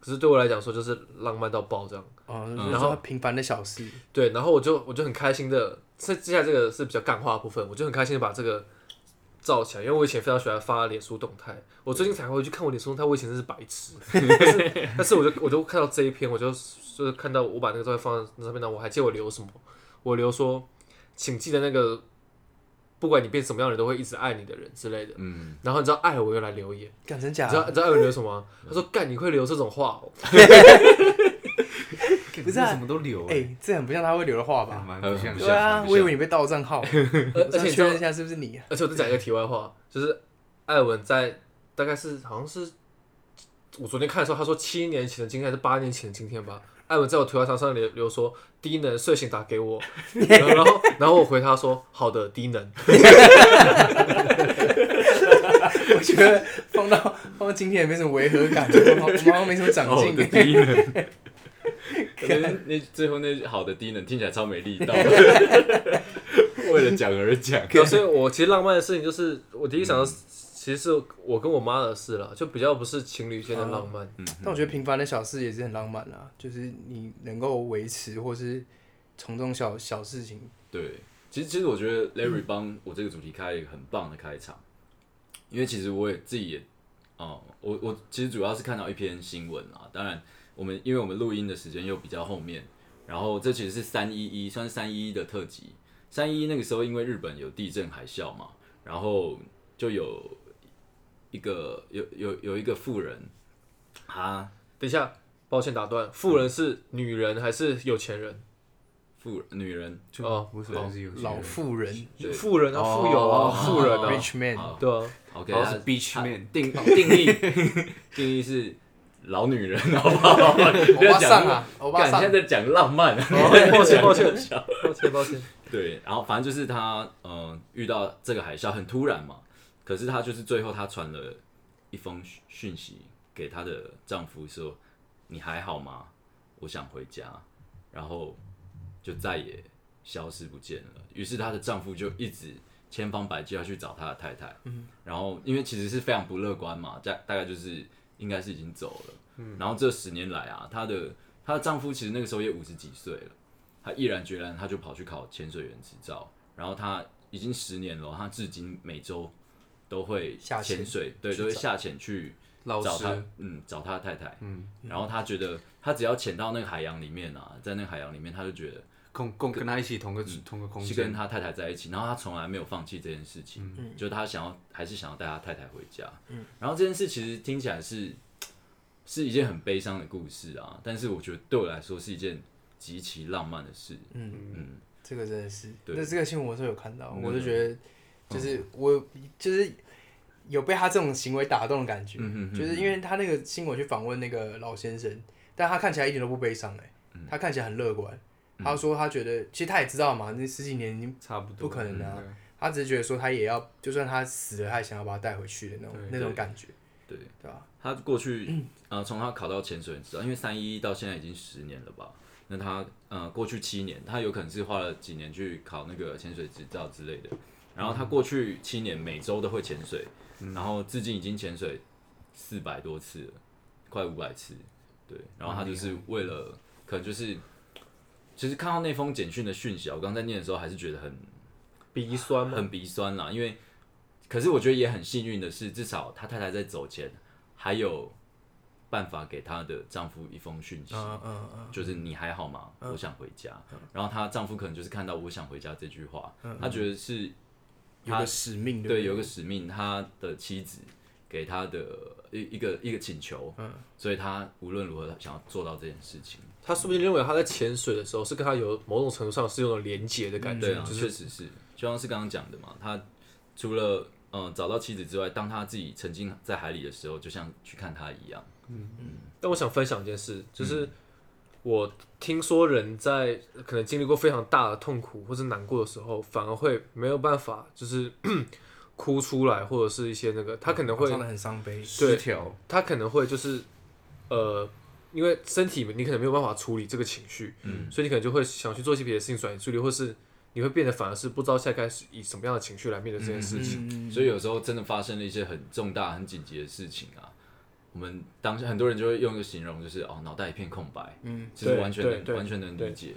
E: 可是对我来讲说就是浪漫到爆这样。
B: 哦，
A: 嗯
B: 然后平凡的小事，
E: 对，然后我就我就很开心的，这接下来这个是比较干话的部分，我就很开心的把这个造起来，因为我以前非常喜欢发脸书动态，我最近才会去看我脸书动态，我以前真是白痴，但是但是我就我就看到这一篇，我就就是看到我把那个照片放在那上面，然后我还记得我留什么，我留说，请记得那个，不管你变什么样的人，都会一直爱你的人之类的。
A: 嗯，
E: 然后你知道爱我又来留言，
B: 干真假
E: 你知？道你知道艾文留什么吗？他说干你会留这种话、哦，
C: 不是、哎
B: 啊
C: 什么都留哎、
B: 哎，这很不像他会留的话
E: 嗯
B: 吧？
C: 蛮不像
A: 不像
C: 的。
B: 对啊，
A: 不像
B: 我以为你被盗账号，
E: 而
B: 我
E: 而
B: 想
E: 且你知
B: 确
E: 道
B: 认一下是不是你啊。
E: 而且我再讲一个题外话，就是艾文在大概是好像是我昨天看的时候，他说七年前的今天还是八年前的今天吧。艾文在我推特上上留留说低能睡醒打给我，然后然后然后我回他说好的低能，
B: 我觉得放到放到今天也没什么违和 感，我们好我们好像没什么长
A: 哦，我
B: 进。
A: 的低能。可能那最后那好的低能听起来超没力道，为了讲而讲。
E: 对啊所以我其实浪漫的事情就是我第一想到是，其实是我跟我妈的事了，就比较不是情侣间的浪漫。
B: 但我觉得平凡的小事也是很浪漫啦，就是你能够维持，或是从这种小小事情，
A: 对，其实其实我觉得 Larry 帮我这个主题开了一个很棒的开场，因为其实我也自己也，哦、我我其实主要是看到一篇新闻啊，当然我们因为我们录音的时间又比较后面，然后这其实是三一一，算是三一一的特辑，三一一那个时候因为日本有地震海啸嘛，然后就有一个有有有一个富人，啊，
E: 等一下，抱歉打断，富人是女人还是有钱人？
A: 富女人
E: 哦，
C: 无所谓是有钱人
B: 老妇人
A: 对
E: 富人啊，富有
B: 哦
E: 啊，富人啊，
B: ，rich man，
A: 好
E: 对啊，
A: ，OK，
C: 然
A: 他
C: 后是 beach
A: 他
C: man
A: 定定义定义是老女人，好不好？不
B: 欧
A: 要
B: 巴
A: 讲
B: 桑啊，欧巴
A: 干
B: 桑
A: 现，在在讲浪漫，
E: 抱歉抱歉抱歉抱歉，
A: 对，然后反正就是他，嗯、遇到这个海啸很突然嘛，可是他就是最后他传了一封讯讯息给她的丈夫说：“你还好吗？我想回家。”然后就再也消失不见了。于是她的丈夫就一直千方百计要去找他的太太，嗯，然后因为其实是非常不乐观嘛，大大概就是应该是已经走了，嗯，然后这十年来啊，她的她的丈夫其实那个时候也五十几岁了。他毅然决然，他就跑去考潜水员执照，然后他已经十年了，他至今每周都会
B: 下潜
A: 潜水，对，
B: 去
A: 都会下潜去
C: 老
A: 找
C: 师
A: 他，嗯，找他太太，嗯，然后他觉得他只要潜到那个海洋里面啊，在那个海洋里面，他就觉得
C: 共共跟他一起同个同嗯个空
A: 是跟
C: 间，嗯
A: 他太太在一起，然后他从来没有放弃这件事情，就是他想要还是想要带他太太回家，嗯，然后这件事其实听起来是是一件很悲伤的故事啊，但是我觉得对我来说是一件极其浪漫的事，
B: 这个真的是，
A: 对
B: 那这个新闻我是有看到，
A: 嗯
B: 我就觉得就是我就是有被他这种行为打动的感觉，
A: 嗯嗯嗯
B: 就是因为他那个新闻去访问那个老先生，但他看起来一点都不悲伤哎、他看起来很乐观。他说他觉得，其实他也知道嘛，那十几年已经
C: 差不
B: 不
C: 多。
B: 可能啊，
C: 对
B: 他只是觉得说他也要，就算他死了，他也想要把他带回去的那种
C: 对
B: 那种感觉，
A: 对。
B: 对吧？
A: 他过去呃，从他考到潜水员执照，因为三一到现在已经十年了吧？那他呃，过去七年，他有可能是花了几年去考那个潜水执照之类的。然后他过去七年每周都会潜水，然后至今已经潜水四百多次了，快五百次。对，然后他就是为了，可能就是，其实看到那封简讯的讯息啊，我刚在念的时候还是觉得很
E: 鼻酸嘛，
A: 很鼻酸啦，因为可是我觉得也很幸运的是，至少他太太在走前还有办法给她的丈夫一封讯息，
B: 嗯嗯嗯，
A: 就是你还好吗？我想回家。然后她丈夫可能就是看到“我想回家”这句话，他觉得是
B: 有个使命，
A: 对，
B: 不
A: 有个使命，他的妻子给他的一一个一个请求，所以他无论如何想要做到这件事情。
E: 他说不定认为他在潜水的时候是跟他有某种程度上是有种连结的感
A: 对
E: 觉，
A: 啊，
E: 就
A: 确
E: 是
A: 实是，就像是刚刚讲的嘛，他除了嗯、呃找到妻子之外，当他自己沉浸在海里的时候，就像去看他一样。
E: 但我想分享一件事，就是我听说人在可能经历过非常大的痛苦或者难过的时候，反而会没有办法，就是 哭出来，或者是一些那个，他可能会
B: 唱的很伤悲，
E: 对
C: 失调，
E: 他可能会就是呃，因为身体你可能没有办法处理这个情绪，嗯，所以你可能就会想去做一些别的事情转移注意力，或是你会变得反而是不知道下一开始以什么样的情绪来面对这件事情。
B: 嗯，
A: 所以有时候真的发生了一些很重大、很紧急的事情啊，我们当时很多人就会用一个形容，就是哦，脑袋一片空白。嗯，其实
E: 对
A: 完全
E: 对
A: 能
E: 对
A: 完全能
E: 对
A: 理解，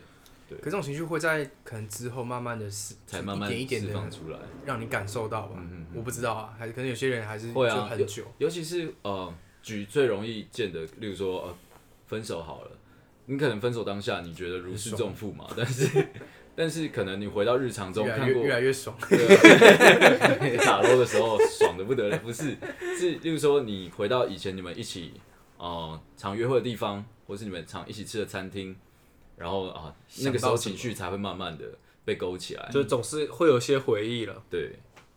B: 可这种情绪会在可能之后慢慢的是
A: 才慢慢
B: 一点一
A: 释
B: 嗯点的
A: 放出来。嗯
B: 让你感受到吧？我不知道啊，还是可能有些人还是
A: 会
B: 就
A: 啊，
B: 很久，
A: 尤尤其是呃，举最容易见的，例如说呃，分手好了，你可能分手当下你觉得如释重负嘛，但是 但是可能你回到日常中
B: 越来
A: 看
B: 越
A: 过
B: 越来越爽。
A: 对啊 打 l 的时候爽的不得了，不是是例如说你回到以前你们一起呃常约会的地方，或是你们常一起吃的餐厅，然后啊、那个时
B: 想到
A: 候
B: 什么
A: 情绪才会慢慢的被勾起来，
E: 就总是会有一些回忆了，
A: 对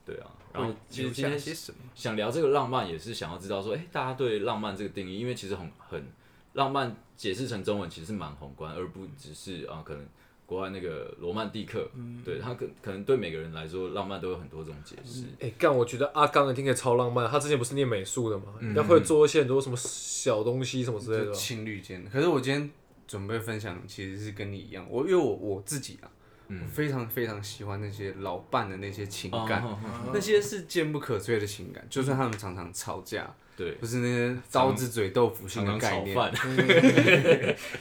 A: 对啊，然后其实
B: 留
A: 今
B: 下
A: 天
B: 些什么？
A: 想聊这个浪漫，也是想要知道说，哎、大家对浪漫这个定义，因为其实很很浪漫解释成中文其实是蛮宏观，而不只是啊、可能国外那个罗曼蒂克，对他可可能对每个人来说，浪漫都有很多种解释。
E: 哎、干，我觉得阿刚一定可以超浪漫。他之前不是念美术的嘛，他会做一些很多什么小东西什么之类
C: 就
E: 的。
C: 情侣间。可是我今天准备分享，其实是跟你一样，我因为我我自己啊，我非常非常喜欢那些老伴的那些情感，
A: 哦哦哦
C: 那些是坚不可摧的情感，就算他们常常吵架，
A: 对，
C: 不是那些刀子嘴豆腐心
A: 常常
C: 的概
A: 炒
C: 念，
A: 饭，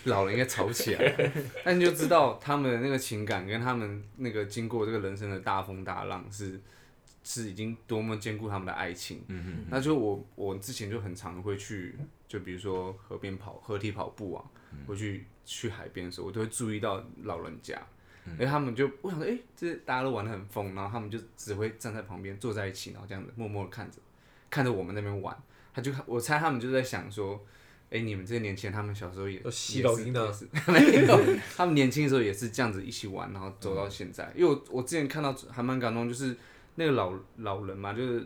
C: 老了应该吵起来 了。但你就知道他们的那个情感跟他们那个经过这个人生的大风大浪是是已经多么坚固他们的爱情。嗯那就我我之前就很常会去，就比如说河边跑河堤跑步啊，我去去海边的时候，我都会注意到老人家。因为他们就，我想说，哎、这大家都玩的很疯，然后他们就只会站在旁边坐在一起，然后这样子默默的看着，看着我们那边玩。他就我猜他们就在想说，哎、你们这些年轻人，他们小时候也
E: 都吸老鹰的
C: 也是 也是他们年轻的时候也是这样子一起玩，然后走到现在。因为我我之前看到还蛮感动，就是那个老老人嘛，就是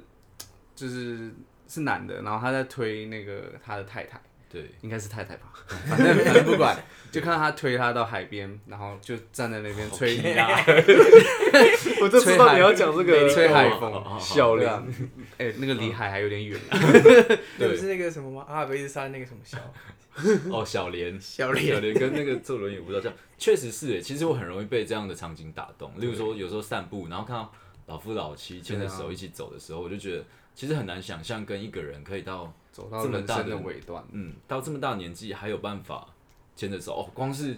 C: 就是是男的，然后他在推那个他的太太，
A: 对，
C: 应该是太太吧， 反正反正不管， 就看到他推他到海边，然后就站在那边吹
E: 我就知道你要讲这个
C: 吹海
A: 哦哦
C: 风
A: 哦，
E: 小
C: 对
E: 梁
C: 啊，哎、那个离海还有点远。
B: 那
A: 对
B: 不是那个什么吗？啊阿尔卑斯山那个什么小，
A: 哦，小莲
B: 小
A: 小
B: 脸，
A: 莲跟那个坐轮椅舞蹈这样，确实是诶。其实我很容易被这样的场景打动。例如说，有时候散步，然后看到老夫老妻牵着
C: 对啊
A: 手一起走的时候，我就觉得其实很难想象跟一个人可以到
C: 走到
A: 这么
C: 人
A: 大
C: 生
A: 的
C: 的尾端，
A: 嗯到这么大年纪还有办法牵着手。哦，光是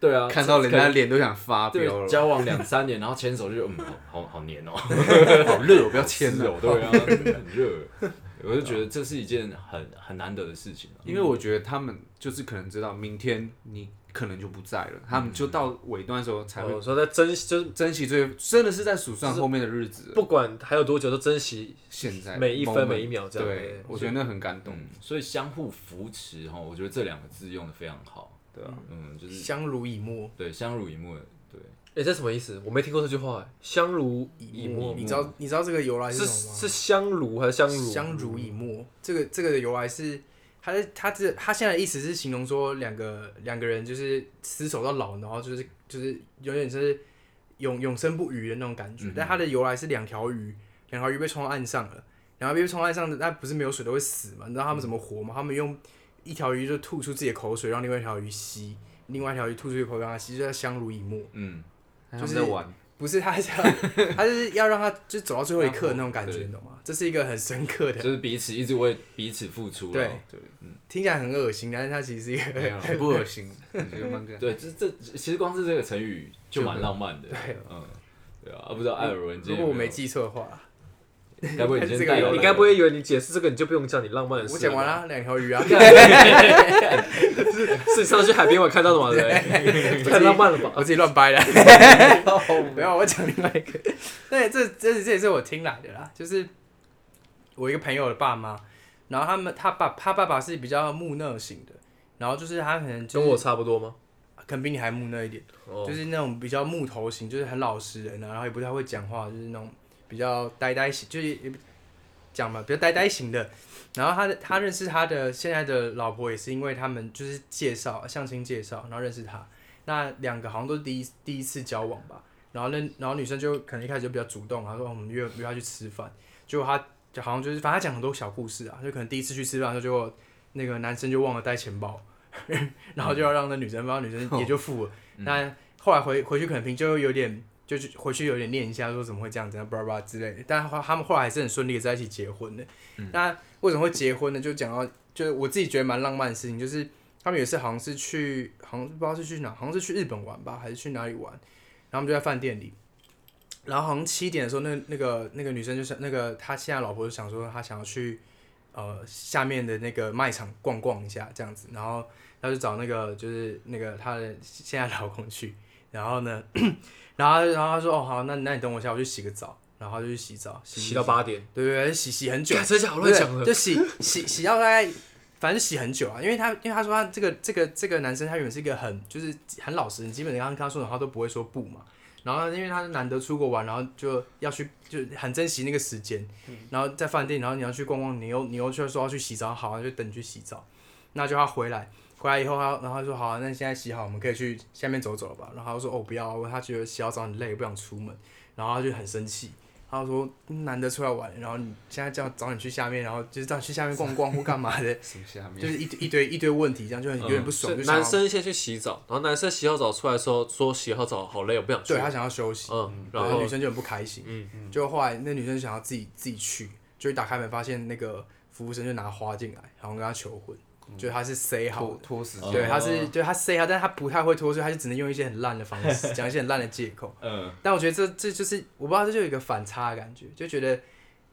A: 对啊，
C: 看到人
A: 可
C: 家
A: 能
C: 脸都想发飙
A: 对
C: 了。
A: 交往两三年，然后牵手就嗯，好好好黏哦。
C: 好热，我不要 牵 了。
A: 有对啊，很热。 我就觉得这是一件很很难得的事情、啊，
C: 因为我觉得他们就是可能知道明天你可能就不在了，他们就到尾端的时候才会
E: 我哦说在珍惜，就是
C: 珍惜最，真的是在数算后面的日子。
E: 不管还有多久，都珍惜
C: 现在
E: 每一分
C: moment
E: 每一秒这样
C: 对
E: 对，
C: 我觉得那很感动。
A: 嗯，所以相互扶持哈，我觉得这两个字用的非常好，
C: 对啊，
A: 嗯，就是
B: 相濡以沫，
A: 对相濡以沫，对，
E: 哎、这什么意思？我没听过这句话、哎，相濡以沫
B: 你知道你知道这个由来
E: 是
B: 什么吗？
E: 是相濡还是相濡？
B: 相濡以沫，这个这个的由来是，他在他这他现在的意思是形容说两个两个人就是厮守到老，然后就是就是有点是永永生不渝的那种感
A: 嗯
B: 觉。
A: 哼
B: 但它的由来是两条鱼，两条鱼被冲到岸上了，两条鱼被冲到岸上的，那不是没有水都会死嘛？你知道他们怎么活吗？他们用一条鱼就吐出自己的口水，让另外一条鱼吸。另外一条鱼吐出一口水让它吸，就叫相濡以沫。
A: 嗯，
C: 他
B: 就
C: 们
B: 是
C: 在玩，
B: 不是，他是要，他是要让他就走到最后一刻的那种感觉，你懂吗？这是一个很深刻的
A: 就，是彼此一直为彼此付出
B: 对
A: 了，
B: 听起来很恶心，但是它其实是一个
C: 没有 很不恶心，我觉得蛮感。
A: 对，这这其实光是这个成语就蛮浪漫的，
B: 对
A: 嗯，对啊，啊不知道艾尔文今天
B: 如果
A: 有
B: 我
A: 没
B: 没
A: 有，
B: 记错的话，
A: 该不会你今天带
B: 这个
A: 有
B: 有
E: 你该不会以为你解释这个你就不用讲你浪漫的事？
B: 我讲完，了，两条鱼啊，
E: 是你上次去海边玩看到的嘛？对 不对，太浪漫了吧？
B: 我自己乱掰的。没有，我讲另外一个。对，这这这也是我听来的啦，就是我一个朋友的爸妈，然后他们他爸他爸爸是比较木讷型的，然后就是他可能就
E: 跟
B: 是
E: 我差不多吗？
B: 可能比你还木讷一点，
E: 哦
B: 就是那种比较木头型，就是很老实人啊，然后也不太会讲话，就是那种比较呆呆型，就是也讲嘛，比较呆呆型的。然后他的他认识他的现在的老婆也是因为他们就是介绍相亲介绍，然后认识他。那两个好像都是第一第一次交往吧。然后那然后女生就可能一开始就比较主动，然后说哦我们约约他去吃饭。结果他就好像就是反正他讲很多小故事啊，就可能第一次去吃饭的时候，就那个男生就忘了带钱包， 然后就要让那女生帮，女生也就付了。那后来回回去可能平就有点。就是回去有点念一下，说怎么会这样子啊，巴拉巴拉之类的。但他们后来还是很顺利的在一起结婚的。那为什么会结婚呢？就讲到，就是我自己觉得蛮浪漫的事情，就是他们有一次好像是去，好像是不知道是去哪，好像是去日本玩吧，还是去哪里玩，然后他们就在饭店里，然后好像七点的时候，那那个那个女生就想，那个她现在老婆就想说，她想要去呃下面的那个卖场逛逛一下这样子，然后她就找那个就是那个她的现在老公去，然后呢， 然后然后她说哦好，那那你等我一下，我去洗个澡，然后她就去洗澡，
E: 洗到八点，
B: 对对对，洗洗很久
E: 干，真假我乱
B: 对
E: 讲了
B: 就洗 洗洗到大概，反正就洗很久啊，因为他因为他说他这个这个这个男生他原本是一个很就是很老实，你基本上跟他说什么他都不会说不嘛。然后因为他难得出国玩，然后就要去就很珍惜那个时间，然后在饭店，然后你要去逛逛，你又你又却说要去洗澡，好、啊，就等你去洗澡。那就他回来，回来以后他然后他说好、啊，那现在洗好，我们可以去下面走走了吧？然后他就说哦不要，他觉得洗好澡很累，不想出门，然后他就很生气。他说：“嗯难得出来玩，然后你现在叫找你去下面，然后就是叫你去下面逛逛或干 嘛的，
C: 什么下
B: 就
C: 面？
B: 是一堆一堆一堆问题，这样就很有点不爽。就
E: 所以
B: 想要
E: 男生先去洗澡，然后男生洗好澡出来的时候说洗好澡好累，我不想去。
B: 对他想要休息，
E: 嗯，然
B: 然后
E: 后
B: 女生就很不开心，
E: 嗯
B: 就后来那女生想要自己自己去，就一打开门发现那个服务生就拿花进来，然后跟她求婚，
E: 嗯
B: 就他是 say 好
C: 拖拖时
A: 哦
C: 间，
B: 对，他是对他 say 他，但是他不太会脱，所以他就只能用一些很烂的方 式，讲一些很烂的借口。
A: 嗯，
B: 但我觉得这这就是我不知道，这就有一个反差的感觉，就觉得
E: 嗯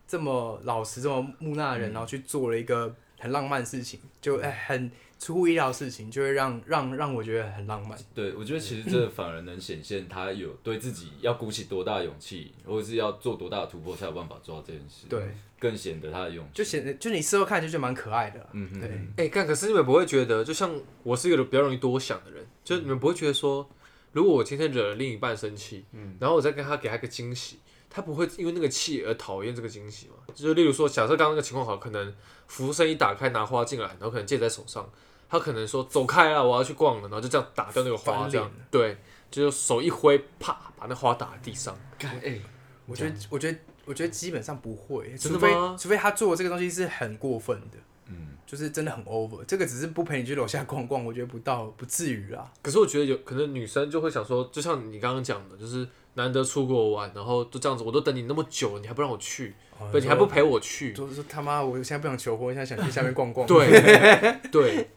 B: 这么老实、这么木讷的人，然后去做了一个很浪漫的事情，就哎很出乎意料的事情，就会让让让我觉得很浪漫。
A: 对，我觉得其实这反而能显现他有对自己要鼓起多大勇气，或者是要做多大的突破，才有办法做到这件事。
B: 对，
A: 更显得他的勇气。
B: 就显得就你事后看就觉得蛮可爱的啦。
A: 嗯哼
B: 对，
E: 哎，看，可是你们不会觉得，就像我是一个比较容易多想的人，
B: 嗯
E: 就是你们不会觉得说，如果我今天惹了另一半生气，嗯，然后我再跟他给他一个惊喜，他不会因为那个气而讨厌这个惊喜吗？就是例如说，假设刚刚那个情况好，可能服务生一打开拿花进来，然后可能戒在手上，他可能说走开啊，我要去逛了，然后就这样打掉那个花，
B: 翻
E: 这
B: 脸
E: 样对，就是手一挥，啪，把那花打在地上。
C: 干哎，
B: 我觉得我觉得我觉得基本上不会，
E: 真
B: 除
E: 的
B: 非
E: 吗
B: 除非他做的这个东西是很过分的，嗯，就是真的很 over。这个只是不陪你去楼下逛逛，我觉得不到不至于啊啦。
E: 可是我觉得有可能女生就会想说，就像你刚刚讲的，就是难得出国玩，然后就这样子，我都等你那么久，你还不让我去，对，你还不陪我去，
B: 哦就是说他妈，我现在不想求婚，现在想去下面逛逛。
E: 对对，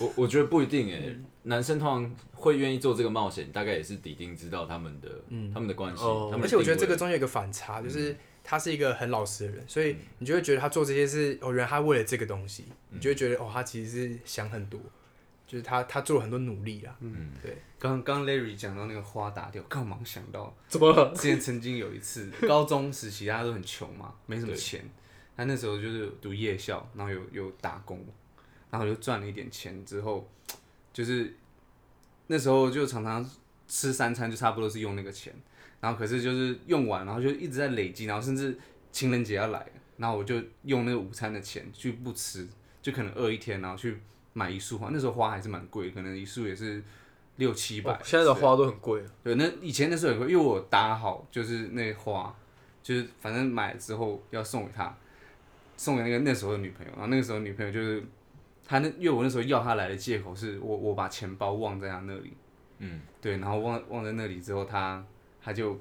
A: 我我觉得不一定诶、欸
B: 嗯
A: 男生通常会愿意做这个冒险，大概也是底定知道他们的、他们的关系、
E: 哦
A: 他们的
B: 嗯而且我觉得这
A: 定
B: 个
A: 位
B: 中间有一个反差，就是他是一个很老实的人，所以你就会觉得他做这些事，哦，原来他为了这个东西，你就会觉得哦，他其实是想很多，就是他他做了很多努力啊。嗯，对，
C: 刚刚 Larry 讲到那个花打掉，刚好忙想到
E: 怎么了？
C: 之前曾经有一次，高中时期大家都很穷嘛，没什么钱。他那时候就是读夜校，然后有有打工，然后就赚了一点钱之后，就是那时候就常常吃三餐，就差不多是用那个钱。然后可是就是用完，然后就一直在累积，然后甚至情人节要来了，然后我就用那个午餐的钱去不吃，就可能饿一天，然后去买一束花。那时候花还是蛮贵，可能一束也是六七百
E: 哦。现在的花都很贵，
C: 对，那以前那时候有个，因为我打好就是那花，就是反正买了之后要送给他，送给那个那时候的女朋友。然后那个时候女朋友就是她那，因为我那时候要她来的借口是我我把钱包忘在她那里，嗯，对，然后忘忘在那里之后，她她就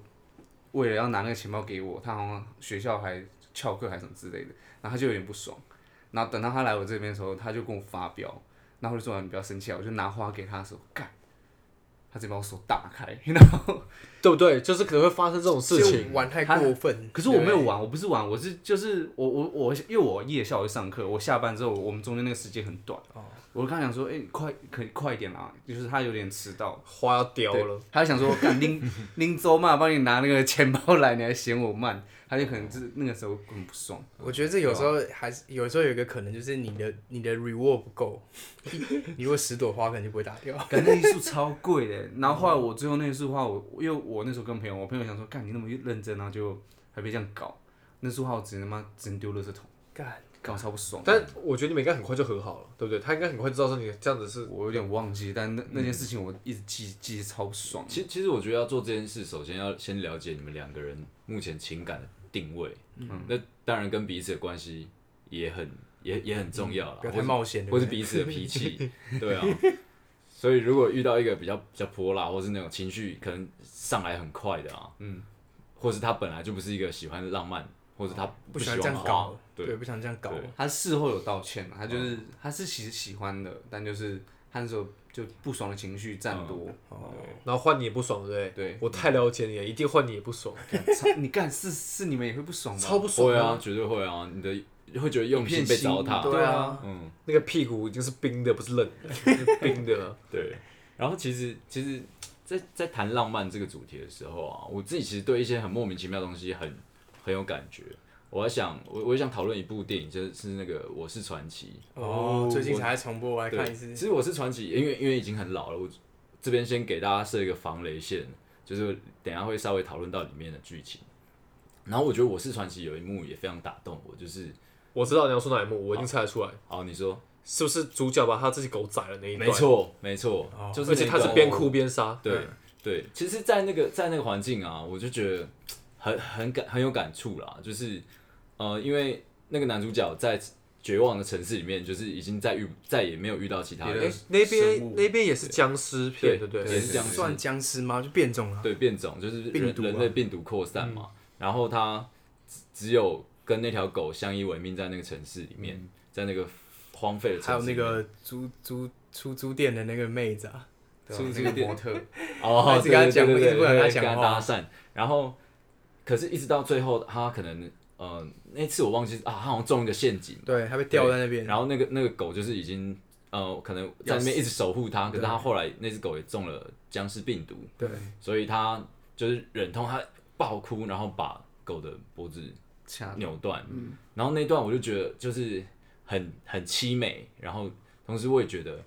C: 为了要拿那个钱包给我，她好像学校还翘课还是什么之类的，然后她就有点不爽。然后等到她来我这边的时候，她就跟我发飙，然后我就说、啊你不要生气啊，我就拿花给她的时候，干，她直接把我手打开， 然后。
E: 对不对？就是可能会发生这种事
B: 就
E: 情。
B: 玩太过分。
C: 可是我没有
B: 对
C: 玩，我不是玩，我是就是我我我，因为我夜校会上课，我下班之后，我们中间那个时间很短。哦、我刚想说，哎、快可以快一点啦，就是他有点迟到。
E: 花要凋
C: 对
E: 了，，
C: 他就想说，干拎拎走嘛，帮你拿那个钱包来，你还嫌我慢，他就可能就是那个时候很不爽。
B: 我觉得这有时候还是有时候有一个可能就是你的你的 reward 不够， 你如果十朵花可能就不会打掉。
C: 感觉那一束超贵的，然后后来我最后那一束花，我因为我那时候跟朋友，我朋友想说，干你那么认真，然后就还被这样搞，那束花我只能他妈只能丢垃圾桶，
B: 干，
C: 搞超不爽。
E: 但我觉得你们应该很快就和好了，对不对？他应该很快就知道说你这样子是
C: 我有点忘记，但那那件事情我一直记记得超爽。
A: 其其实我觉得要做这件事，首先要先了解你们两个人目前情感的定位。嗯，那当然跟彼此的关系也很也也很重要了，
B: 不要太冒险，
A: 或是
B: 对不对
A: 彼此的脾 气，对啊。所以如果遇到一个比较比较泼辣，或是那种情绪可能上来很快的啊，嗯，或是他本来就不是一个喜欢浪漫，或是他
B: 哦不
A: 喜
B: 喜欢
A: 欢
B: 这样
A: 花
B: 搞，
A: 对，
B: 对，不想这样搞。
C: 他事后有道歉嘛，他就是、他是喜喜欢的，但就是他那时候就不爽的情绪占多。
E: 然后换你也不爽，对不对？
C: 对
E: 我太了解你了，一定换你也不爽，
C: 干操你干是是你们也会不爽吗？
E: 超不爽
A: 会啊，！绝对会啊，你的 会觉得用心被糟蹋，
B: 对啊，
A: 嗯，
E: 那个屁股已经是冰的，不是冷的，是冰的了。
A: 对。然后其实其实在，在谈浪漫这个主题的时候啊，我自己其实对一些很莫名其妙的东西很很有感觉。我还想，我我也想讨论一部电影，就是那个《我是传奇》。
B: 哦，最近才在重播，我来
A: 对，
B: 看一次
A: 其。实我是传奇，因为因为已经很老了，我这边先给大家设一个防雷线，就是等一下会稍微讨论到里面的剧情。然后我觉得《我是传奇》有一幕也非常打动我，就是
E: 我知道你要说哪一幕，我已经猜得出来，
A: 好，你说
E: 是不是主角把他自己狗宰了那一段？
A: 没，错，没错，就是
E: 哦而且
A: 那
E: 他
A: 一
E: 是
A: 段
E: 边哭边杀。
A: 对对，其实，在那个在那个环境啊，我就觉得很很感很有感触啦，就是呃，因为那个男主角在绝望的城市里面，就是已经再遇再也没有遇到其他
C: 别
A: 人
C: 的，
E: 哎，那
C: 生
E: 边
C: 物
E: 那边也是僵尸片，对不对？
A: 也是僵尸
B: 算僵尸吗？就变种了。
A: 对变种，就是人
B: 病毒啊嗯
A: 人类病毒扩散嘛。然后他只只有跟那条狗相依为命，在那个城市里面，在那个荒废的
B: 嗯还
A: 城
B: 有
A: 市
B: 那
A: 里面。
B: 个租租出租店的那个妹子啊，
C: 对
A: 所以
C: 吧
A: 这
C: 那
A: 个
C: 个模特，
A: 哦，
B: 他一直跟他讲
A: 对对
B: 一直不想跟他
A: 对对
B: 讲
A: 跟
B: 话
A: 搭讪。然后，可是一直到最后，他可能呃那次我忘记啊，他好像中了个陷阱，
B: 对，她被吊在那边。
A: 然后那个那个狗就是已经呃，可能在那边一直守护它，可是它后来那只狗也中了僵尸病毒，
B: 对，
A: 所以它就是忍痛，它爆哭，然后把狗的脖子
C: 掐
A: 扭断，然后那段我就觉得就是很很凄美，然后同时我也觉得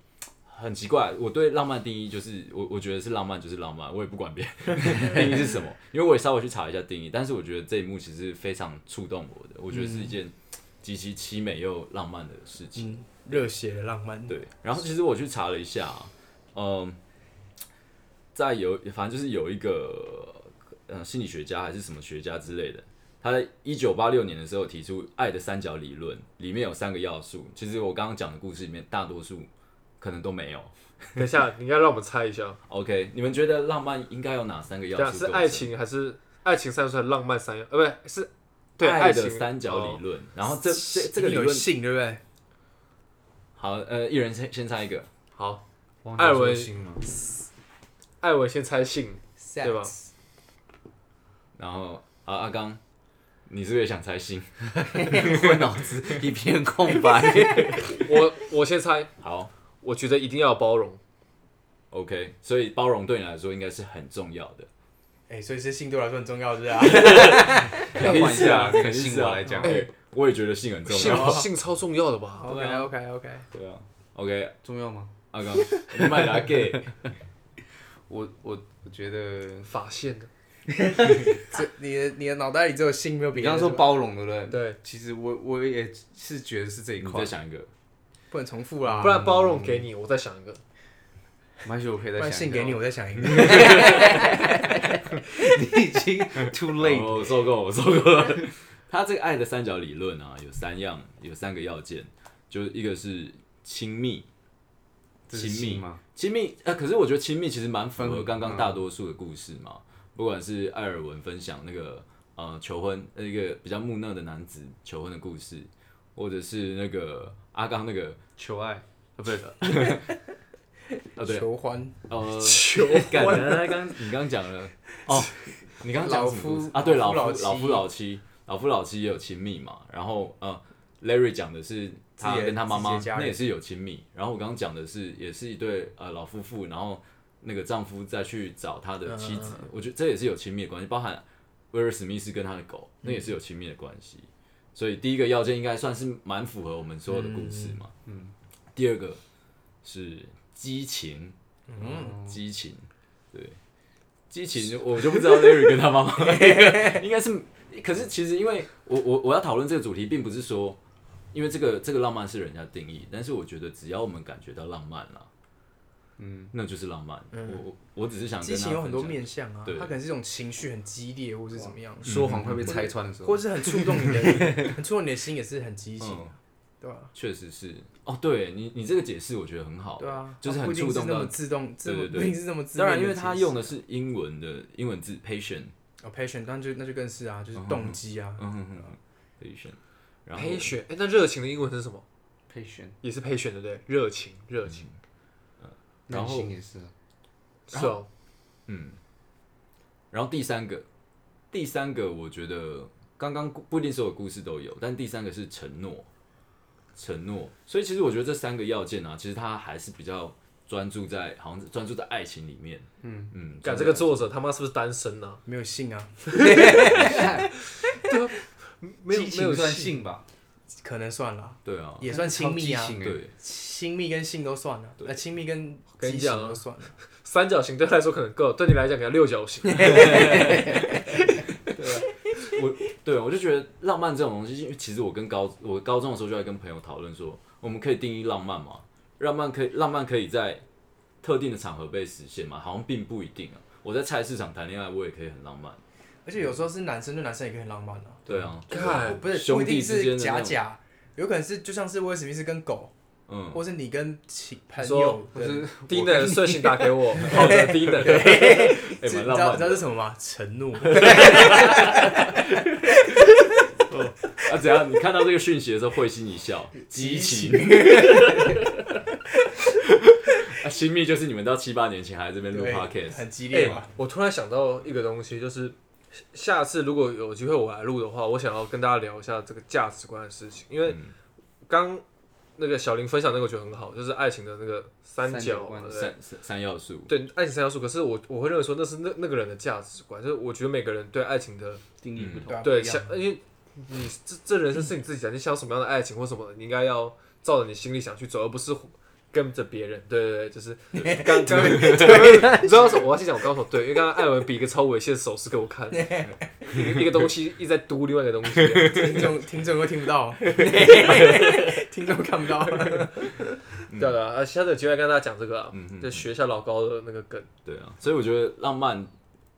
A: 很奇怪，我对浪漫定义就是我我觉得是浪漫就是浪漫，我也不管别人定义是什么，因为我也稍微去查一下定义，但是我觉得这一幕其实非常触动我的，我觉得是一件极其凄美又浪漫的事情。
B: 嗯，热血的浪漫，
A: 对，然后其实我去查了一下啊，嗯，在有反正就是有一个呃心理学家还是什么学家之类的，他在一九八六年的时候提出爱的三角理论，里面有三个要素。其实我刚刚讲的故事里面，大多数可能都没有。
E: 等一下，你应该让我们猜一下，
A: OK，你们觉得浪漫应该有哪三个要
E: 这样
A: 素？
E: 啊是爱，情还是爱情三算浪漫三要？呃，不对，是对
A: 爱的
E: 情
A: 三角理
E: 哦
A: 论。然后这这这个
B: 一
A: 理
B: 定有
A: 论，
B: 性对不对？
A: 好，呃，一人先先猜一个。
E: 好，
C: 忘
E: 艾
C: 记
E: 文
C: 说心吗？
E: 艾文先猜性，
B: 对
E: 对吧？
A: 然后啊，阿刚，你是不是也想猜心？
C: 我脑子一片空白。
E: 我我先猜，
A: 好。
E: 我觉得一定要有包容，
A: OK，所以包容对你来说应该是很重要 的。
B: 哎，所以是性对我来说很重要，是不是啊？
C: 要换一下
A: 肯
C: 这个
A: 定是啊
C: 信我来讲
A: 哎、我也觉得性很重
E: 性
A: 要。
E: 性超重要的吧？
B: OK OK OK，
A: 对啊，OK，
C: 重要吗？
A: 阿刚， 你买了 gay，
C: 我我我觉得，
E: 发现的，
B: 这你的你的脑袋里只有性没有
C: 你
B: 别的
C: 刚
B: 是吧，
C: 刚说包容对不对？
E: 对，
C: 其实我我也是觉得是这一
A: 你
C: 块
A: 再，想一个，
B: 不能重复啦，
E: 不然包容给你，我再想一个，
C: 没关系，我可以
B: 不
C: 再
B: 然
C: 想
B: 性
C: 一个。
B: 给你，我再想一个。
C: 你 已经 too late。
A: 哦我受够，我受够了。 他这个爱的三角理论啊，有三样，有三个要件，就是一个是亲密，
C: 这是
A: 亲密
C: 信吗？
A: 亲密，呃，可是我觉得亲密其实蛮符合
C: 分
A: 刚刚大多数的故事嘛，不管是艾尔文分享那个呃求婚，那一个比较木讷的男子求婚的故事，或者是那个阿刚那个
C: 求爱，啊不对，
A: 啊对
B: 求欢，
A: 呃
E: 求
A: 感人啊，刚你刚讲了哦，你刚刚讲什么故事
B: 老夫
A: 啊？对，
B: 老
A: 老
B: 夫
A: 夫
B: 老
A: 老夫老
B: 妻
A: 妻，老夫老妻也有亲密嘛。然后呃，Larry 讲的是他
B: 自己的
A: 跟他妈妈
B: 自己的家人
A: 那也是有亲密。然后我刚刚讲的是也是一对呃老夫妇，然后那个丈夫再去找他
B: 嗯
A: 的妻子，我觉得这也是有亲密的关系，包含威尔史密斯跟他的狗，
B: 嗯
A: 那也是有亲密的关系。所以第一个要件应该算是蛮符合我们所有的故事嘛。嗯，第二个是激情，嗯，激情，对，激情我就不知道 Larry 跟他妈 妈应该是，可是其实因为我我我要讨论这个主题，并不是说。因为这个这个浪漫是人家定义，但是我觉得只要我们感觉到浪漫了，嗯，那就是浪漫。我我我只是想跟
B: 激
A: 大家
B: 情有很多
A: 分享
B: 面向啊，
A: 对
B: 它可能是一种情绪很激烈，或是怎么样，
C: 说谎会被拆穿的时候，
B: 或是很触动你 的，很触动你的心，也是很激情啊
A: 嗯，，
B: 对吧？
A: 确实是哦，对你你这个解释我觉得很好，
B: 对啊，
A: 就是
B: 它不
A: 很
B: 一定
A: 触
B: 是
A: 动
B: 那么
A: 到。
B: 自动，这么
A: 对对对
B: 不一定是那么自
A: 当
B: 动。
A: 然，因为他用的是英文的英文字 patient，
B: 哦 passion，那就那就更是啊，就是动机啊，
A: 嗯哼哼哼，patient，然后
E: 陪选，哎，那热情的英文是什么？
C: patient，
E: 也是陪选对不对？热情，热情，
A: 然
C: 耐
A: 后
C: 心也是啊，
E: 是哦，
A: 嗯，然后第三个，第三个我觉得刚刚故不一定所有故事都有，但第三个是承诺，承诺。所以其实我觉得这三个要件啊，其实他还是比较专注在好像是专注在爱情里面，嗯嗯，
E: 感这个作者他妈是不是单身啊？
B: 没有性啊，
E: 没有
C: 激
E: 没有
C: 情算
E: 性
C: 性吧，
B: 可能算了，
A: 对啊，
B: 也算亲密啊
C: 超激，情欸
A: 对，
B: 亲密跟性都算了，那亲密跟
E: 跟
B: 激
E: 你
B: 情
E: 讲啊
B: 都算了，
E: 三角形对他来说可能够，对你来讲给他六角形。
A: 对，我就觉得浪漫这种东西，因为其实我跟高我高中的时候就在跟朋友讨论说，我们可以定义浪漫吗？浪漫可以浪漫可以在特定的场合被实现吗？好像并不一定啊。我在菜市场谈恋爱，我也可以很浪漫。
B: 而且有时候是男生对男生也可以很浪漫啊，
A: 对啊，
E: 看，
B: 不是
A: 兄
B: 不
A: 弟
B: 一定
A: 之间
B: 是
A: 的那
B: 假
A: 种
B: 假，有可能是就像是威尔史密斯跟狗，
A: 嗯，
B: 或是你跟亲朋友
E: 说
C: 或是
E: 低能睡醒打 给我，好的低 能，
A: 哎蛮
B: 这你
A: 浪
B: 知道
A: 漫
B: 你知
A: 的
B: 道是什么吗？承诺。
A: 啊，怎样？你看到这个讯息的时候会心一笑，激情。啊，亲密就是你们到七八年前还在这边录
B: 对
A: podcast，
B: 很激
E: 哎、
B: 烈嘛。
E: 我突然想到一个东西，就是下次如果有机会我来录的话，我想要跟大家聊一下这个价值观的事情，因为刚那个小林分享那个我觉得很好，就是爱情的那个三
C: 三角
E: 角
C: 关，
E: 对
A: 三三三要素，
E: 对爱情三要素。可是我我会认为说那是那那个人的价值观，就是我觉得每个人对爱情的
C: 定义不同。
B: 对啊
E: 对
B: 不一样
E: 想，因为你这这人生是你自己的，你想要什么样的爱情或什么，你应该要照着你心里想去走，而不是跟着别人。对对 对，就是刚刚你知道为什么？我要去讲我刚刚说对，因为刚刚艾文比一个超猥亵的手势给我看， 一个一个东西一直在嘟另外一个东西。
B: 听 众听众都听不到，听众看不到。
E: 对的，啊，下次有机会跟大家讲这个啊，
B: 嗯
E: 就学一下老高的那个梗。
A: 嗯对啊，所以我觉得浪漫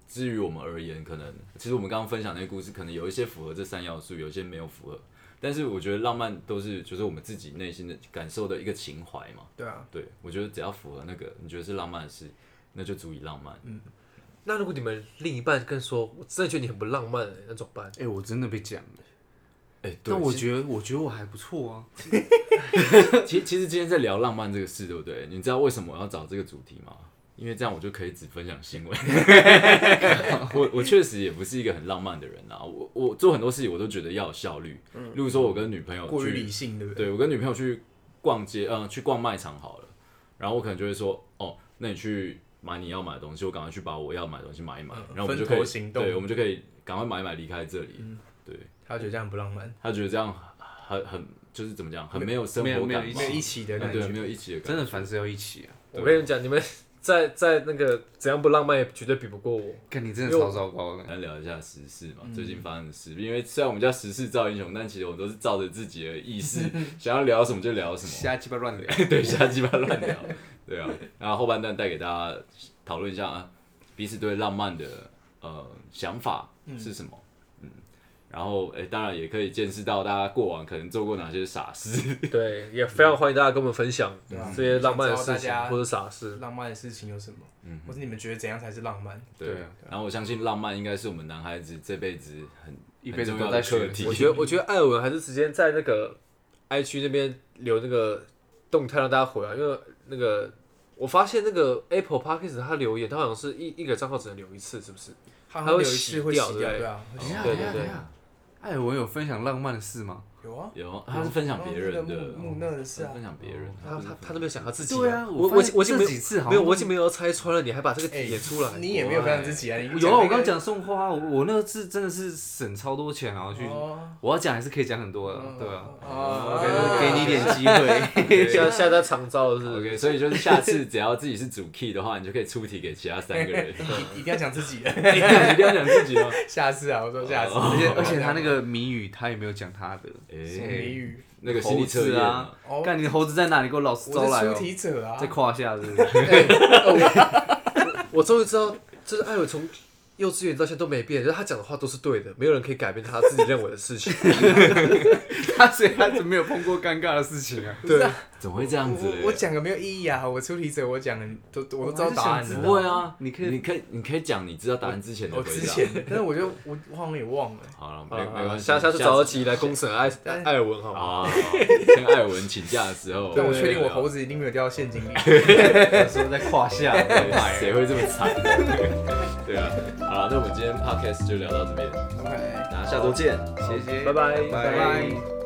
A: 之于我们而言，可能其实我们刚刚分享那个故事，可能有一些符合这三要素，有一些没有符合。但是我觉得浪漫都是就是我们自己内心的感受的一个情怀嘛。
B: 对啊，
A: 对，我觉得只要符合那个你觉得是浪漫的事，那就足以浪漫。
B: 嗯
E: 那如果你们另一半跟说，我真的觉得你很不浪漫、欸那怎么办？
C: 哎、我真的被讲了，
A: 哎、对，
C: 但我
A: 其
C: 觉得我觉得我还不错啊。
A: 其其实今天在聊浪漫这个事，对不对？你知道为什么我要找这个主题吗？因为这样我就可以只分享新 闻。我我确实也不是一个很浪漫的人啊，我我做很多事情我都觉得要有效率。例如说，我跟女朋友
B: 嗯过于
A: 去
B: 理性，对不对？
A: 对我跟女朋友去逛街，嗯、去逛卖场好了，然后我可能就会说，哦，那你去买你要买的东西，我赶快去把我要买的东西买一买，
B: 嗯
A: 然后我们就
B: 分头
A: 可以，
B: 行动嗯
A: 对，我们就可以赶快买一买离开这里。对
B: 他觉得这样很不浪漫，
A: 他觉得这样很很就是怎么讲，很没有生
C: 没有
A: 活
C: 没有
A: 感
C: 一
A: 嘛
B: 没有一起的
A: 啊
B: 感
A: 对，
B: 觉。
A: 没有一起的感觉，
C: 真的凡事要一起啊！
E: 我跟你讲，你们在在那个怎样不浪漫，也绝对比不过我。
C: 看你真的超糟糕的，
A: 来聊一下时事
B: 嗯
A: 嘛，最近发生的事。因为虽然我们叫时事造英雄，但其实我们都是照着自己的意 识，想要聊什么就聊什么，
C: 瞎鸡巴乱聊。
A: 对，瞎鸡巴乱聊。 对啊，然后后半段带给大家讨论一下啊，彼此对浪漫的呃想法是什么。嗯然后，诶，当然也可以见识到大家过往可能做过哪些傻 事。
E: 对，也非常欢迎大家跟我们分享
B: 对啊
E: 这些浪漫的事
B: 想知
E: 情
B: 道大家
E: 或者傻事。
B: 浪漫的事情有什么？或是你们觉得怎样才是浪漫？
C: 对啊
A: 然后我相信浪漫应该是我们男孩子这辈子很
C: 一辈子
A: 很重要
C: 都在
A: 的课
C: 学
A: 题
E: 我。觉得，我觉得艾文还是直接在那个 I 区那边留那个动态让大家回啊，因为那个我发现那个 Apple Podcast 他留言，他好像是一一个账号只能留一次，是不是？
B: 他
E: 他会
B: 有一
E: 洗
B: 次会洗掉，
E: 掉对不对
B: 对啊，会
A: 哦
B: 洗掉
E: 对对对
C: 哎，我有分享浪漫的事吗？
B: 有啊，
A: 有，他是分享别人的
B: 哦那个，木木讷的事啊哦
A: 分享别人。
E: 他他他都没有想到自己、
C: 对啊，
E: 我
C: 发
E: 我
C: 现
E: 我已经没有
C: 这几次好
E: 没有，
C: 像
E: 我已经没有要拆穿了，你还把这个
B: 哎
E: 点出来，
B: 你也没有分享自己啊，你
C: 有啊，我刚
B: 那个
C: 讲送花，我我那个是真的是省超多钱然后去
B: 哦
C: 我要讲还是可以讲很多的，对啊，
B: 哦
C: 我给你一点机会。
E: 下下在长招了是不是？
A: OK，所以就是下次只要自己是主 key 的话，你就可以出题给其他三个 人，
B: 一一定要讲自己的，
A: 一定要讲自己哦。
B: 下次啊，我说下次，
A: 哦
C: 而且而且他那个谜语他也没有讲他的，
A: 哎，
B: 谜语，
A: 那个心
C: 猴
A: 理测
C: 子
A: 验
C: 啊
A: 啊，
B: 哦，
C: 干你猴子在哪里？给我老实招
B: 我
C: 来
B: 是出
C: 哦！
B: 题者啊
C: 在，胯下是不是？
E: 我终于知道，就是艾文从幼稚园到现在都没变，就是他讲的话都是对的，没有人可以改变他自己认为的事情。
C: 他所以他就没有碰过尴尬的事情啊。
E: 对，
A: 怎么会这样子嘞？
B: 我我讲个没有意义啊，我出题者，我讲都我都知道答案
C: 我还是想
B: 了
C: 知
A: 不
C: 道
A: 会啊，
C: 你可以
A: 你可以，你可以讲你知道答案之前的
B: 我
A: 回答。
B: 之前的，但是我就我我好像也忘了，
A: 好了，没没关
E: 啊
A: 系，
E: 下下次找得起来公审艾
B: 但
E: 艾尔文好吗？
A: 啊，好跟艾文请假的时候，
B: 但我确定我猴
A: 子
B: 子一定没有掉到陷阱里。
C: 说在胯下，
A: 谁会这么惨？ 对啊，好了，那我们今天 podcast 就聊到这边，
B: OK。
A: 大家下周见。
C: 谢谢，
E: 拜拜
C: 拜拜。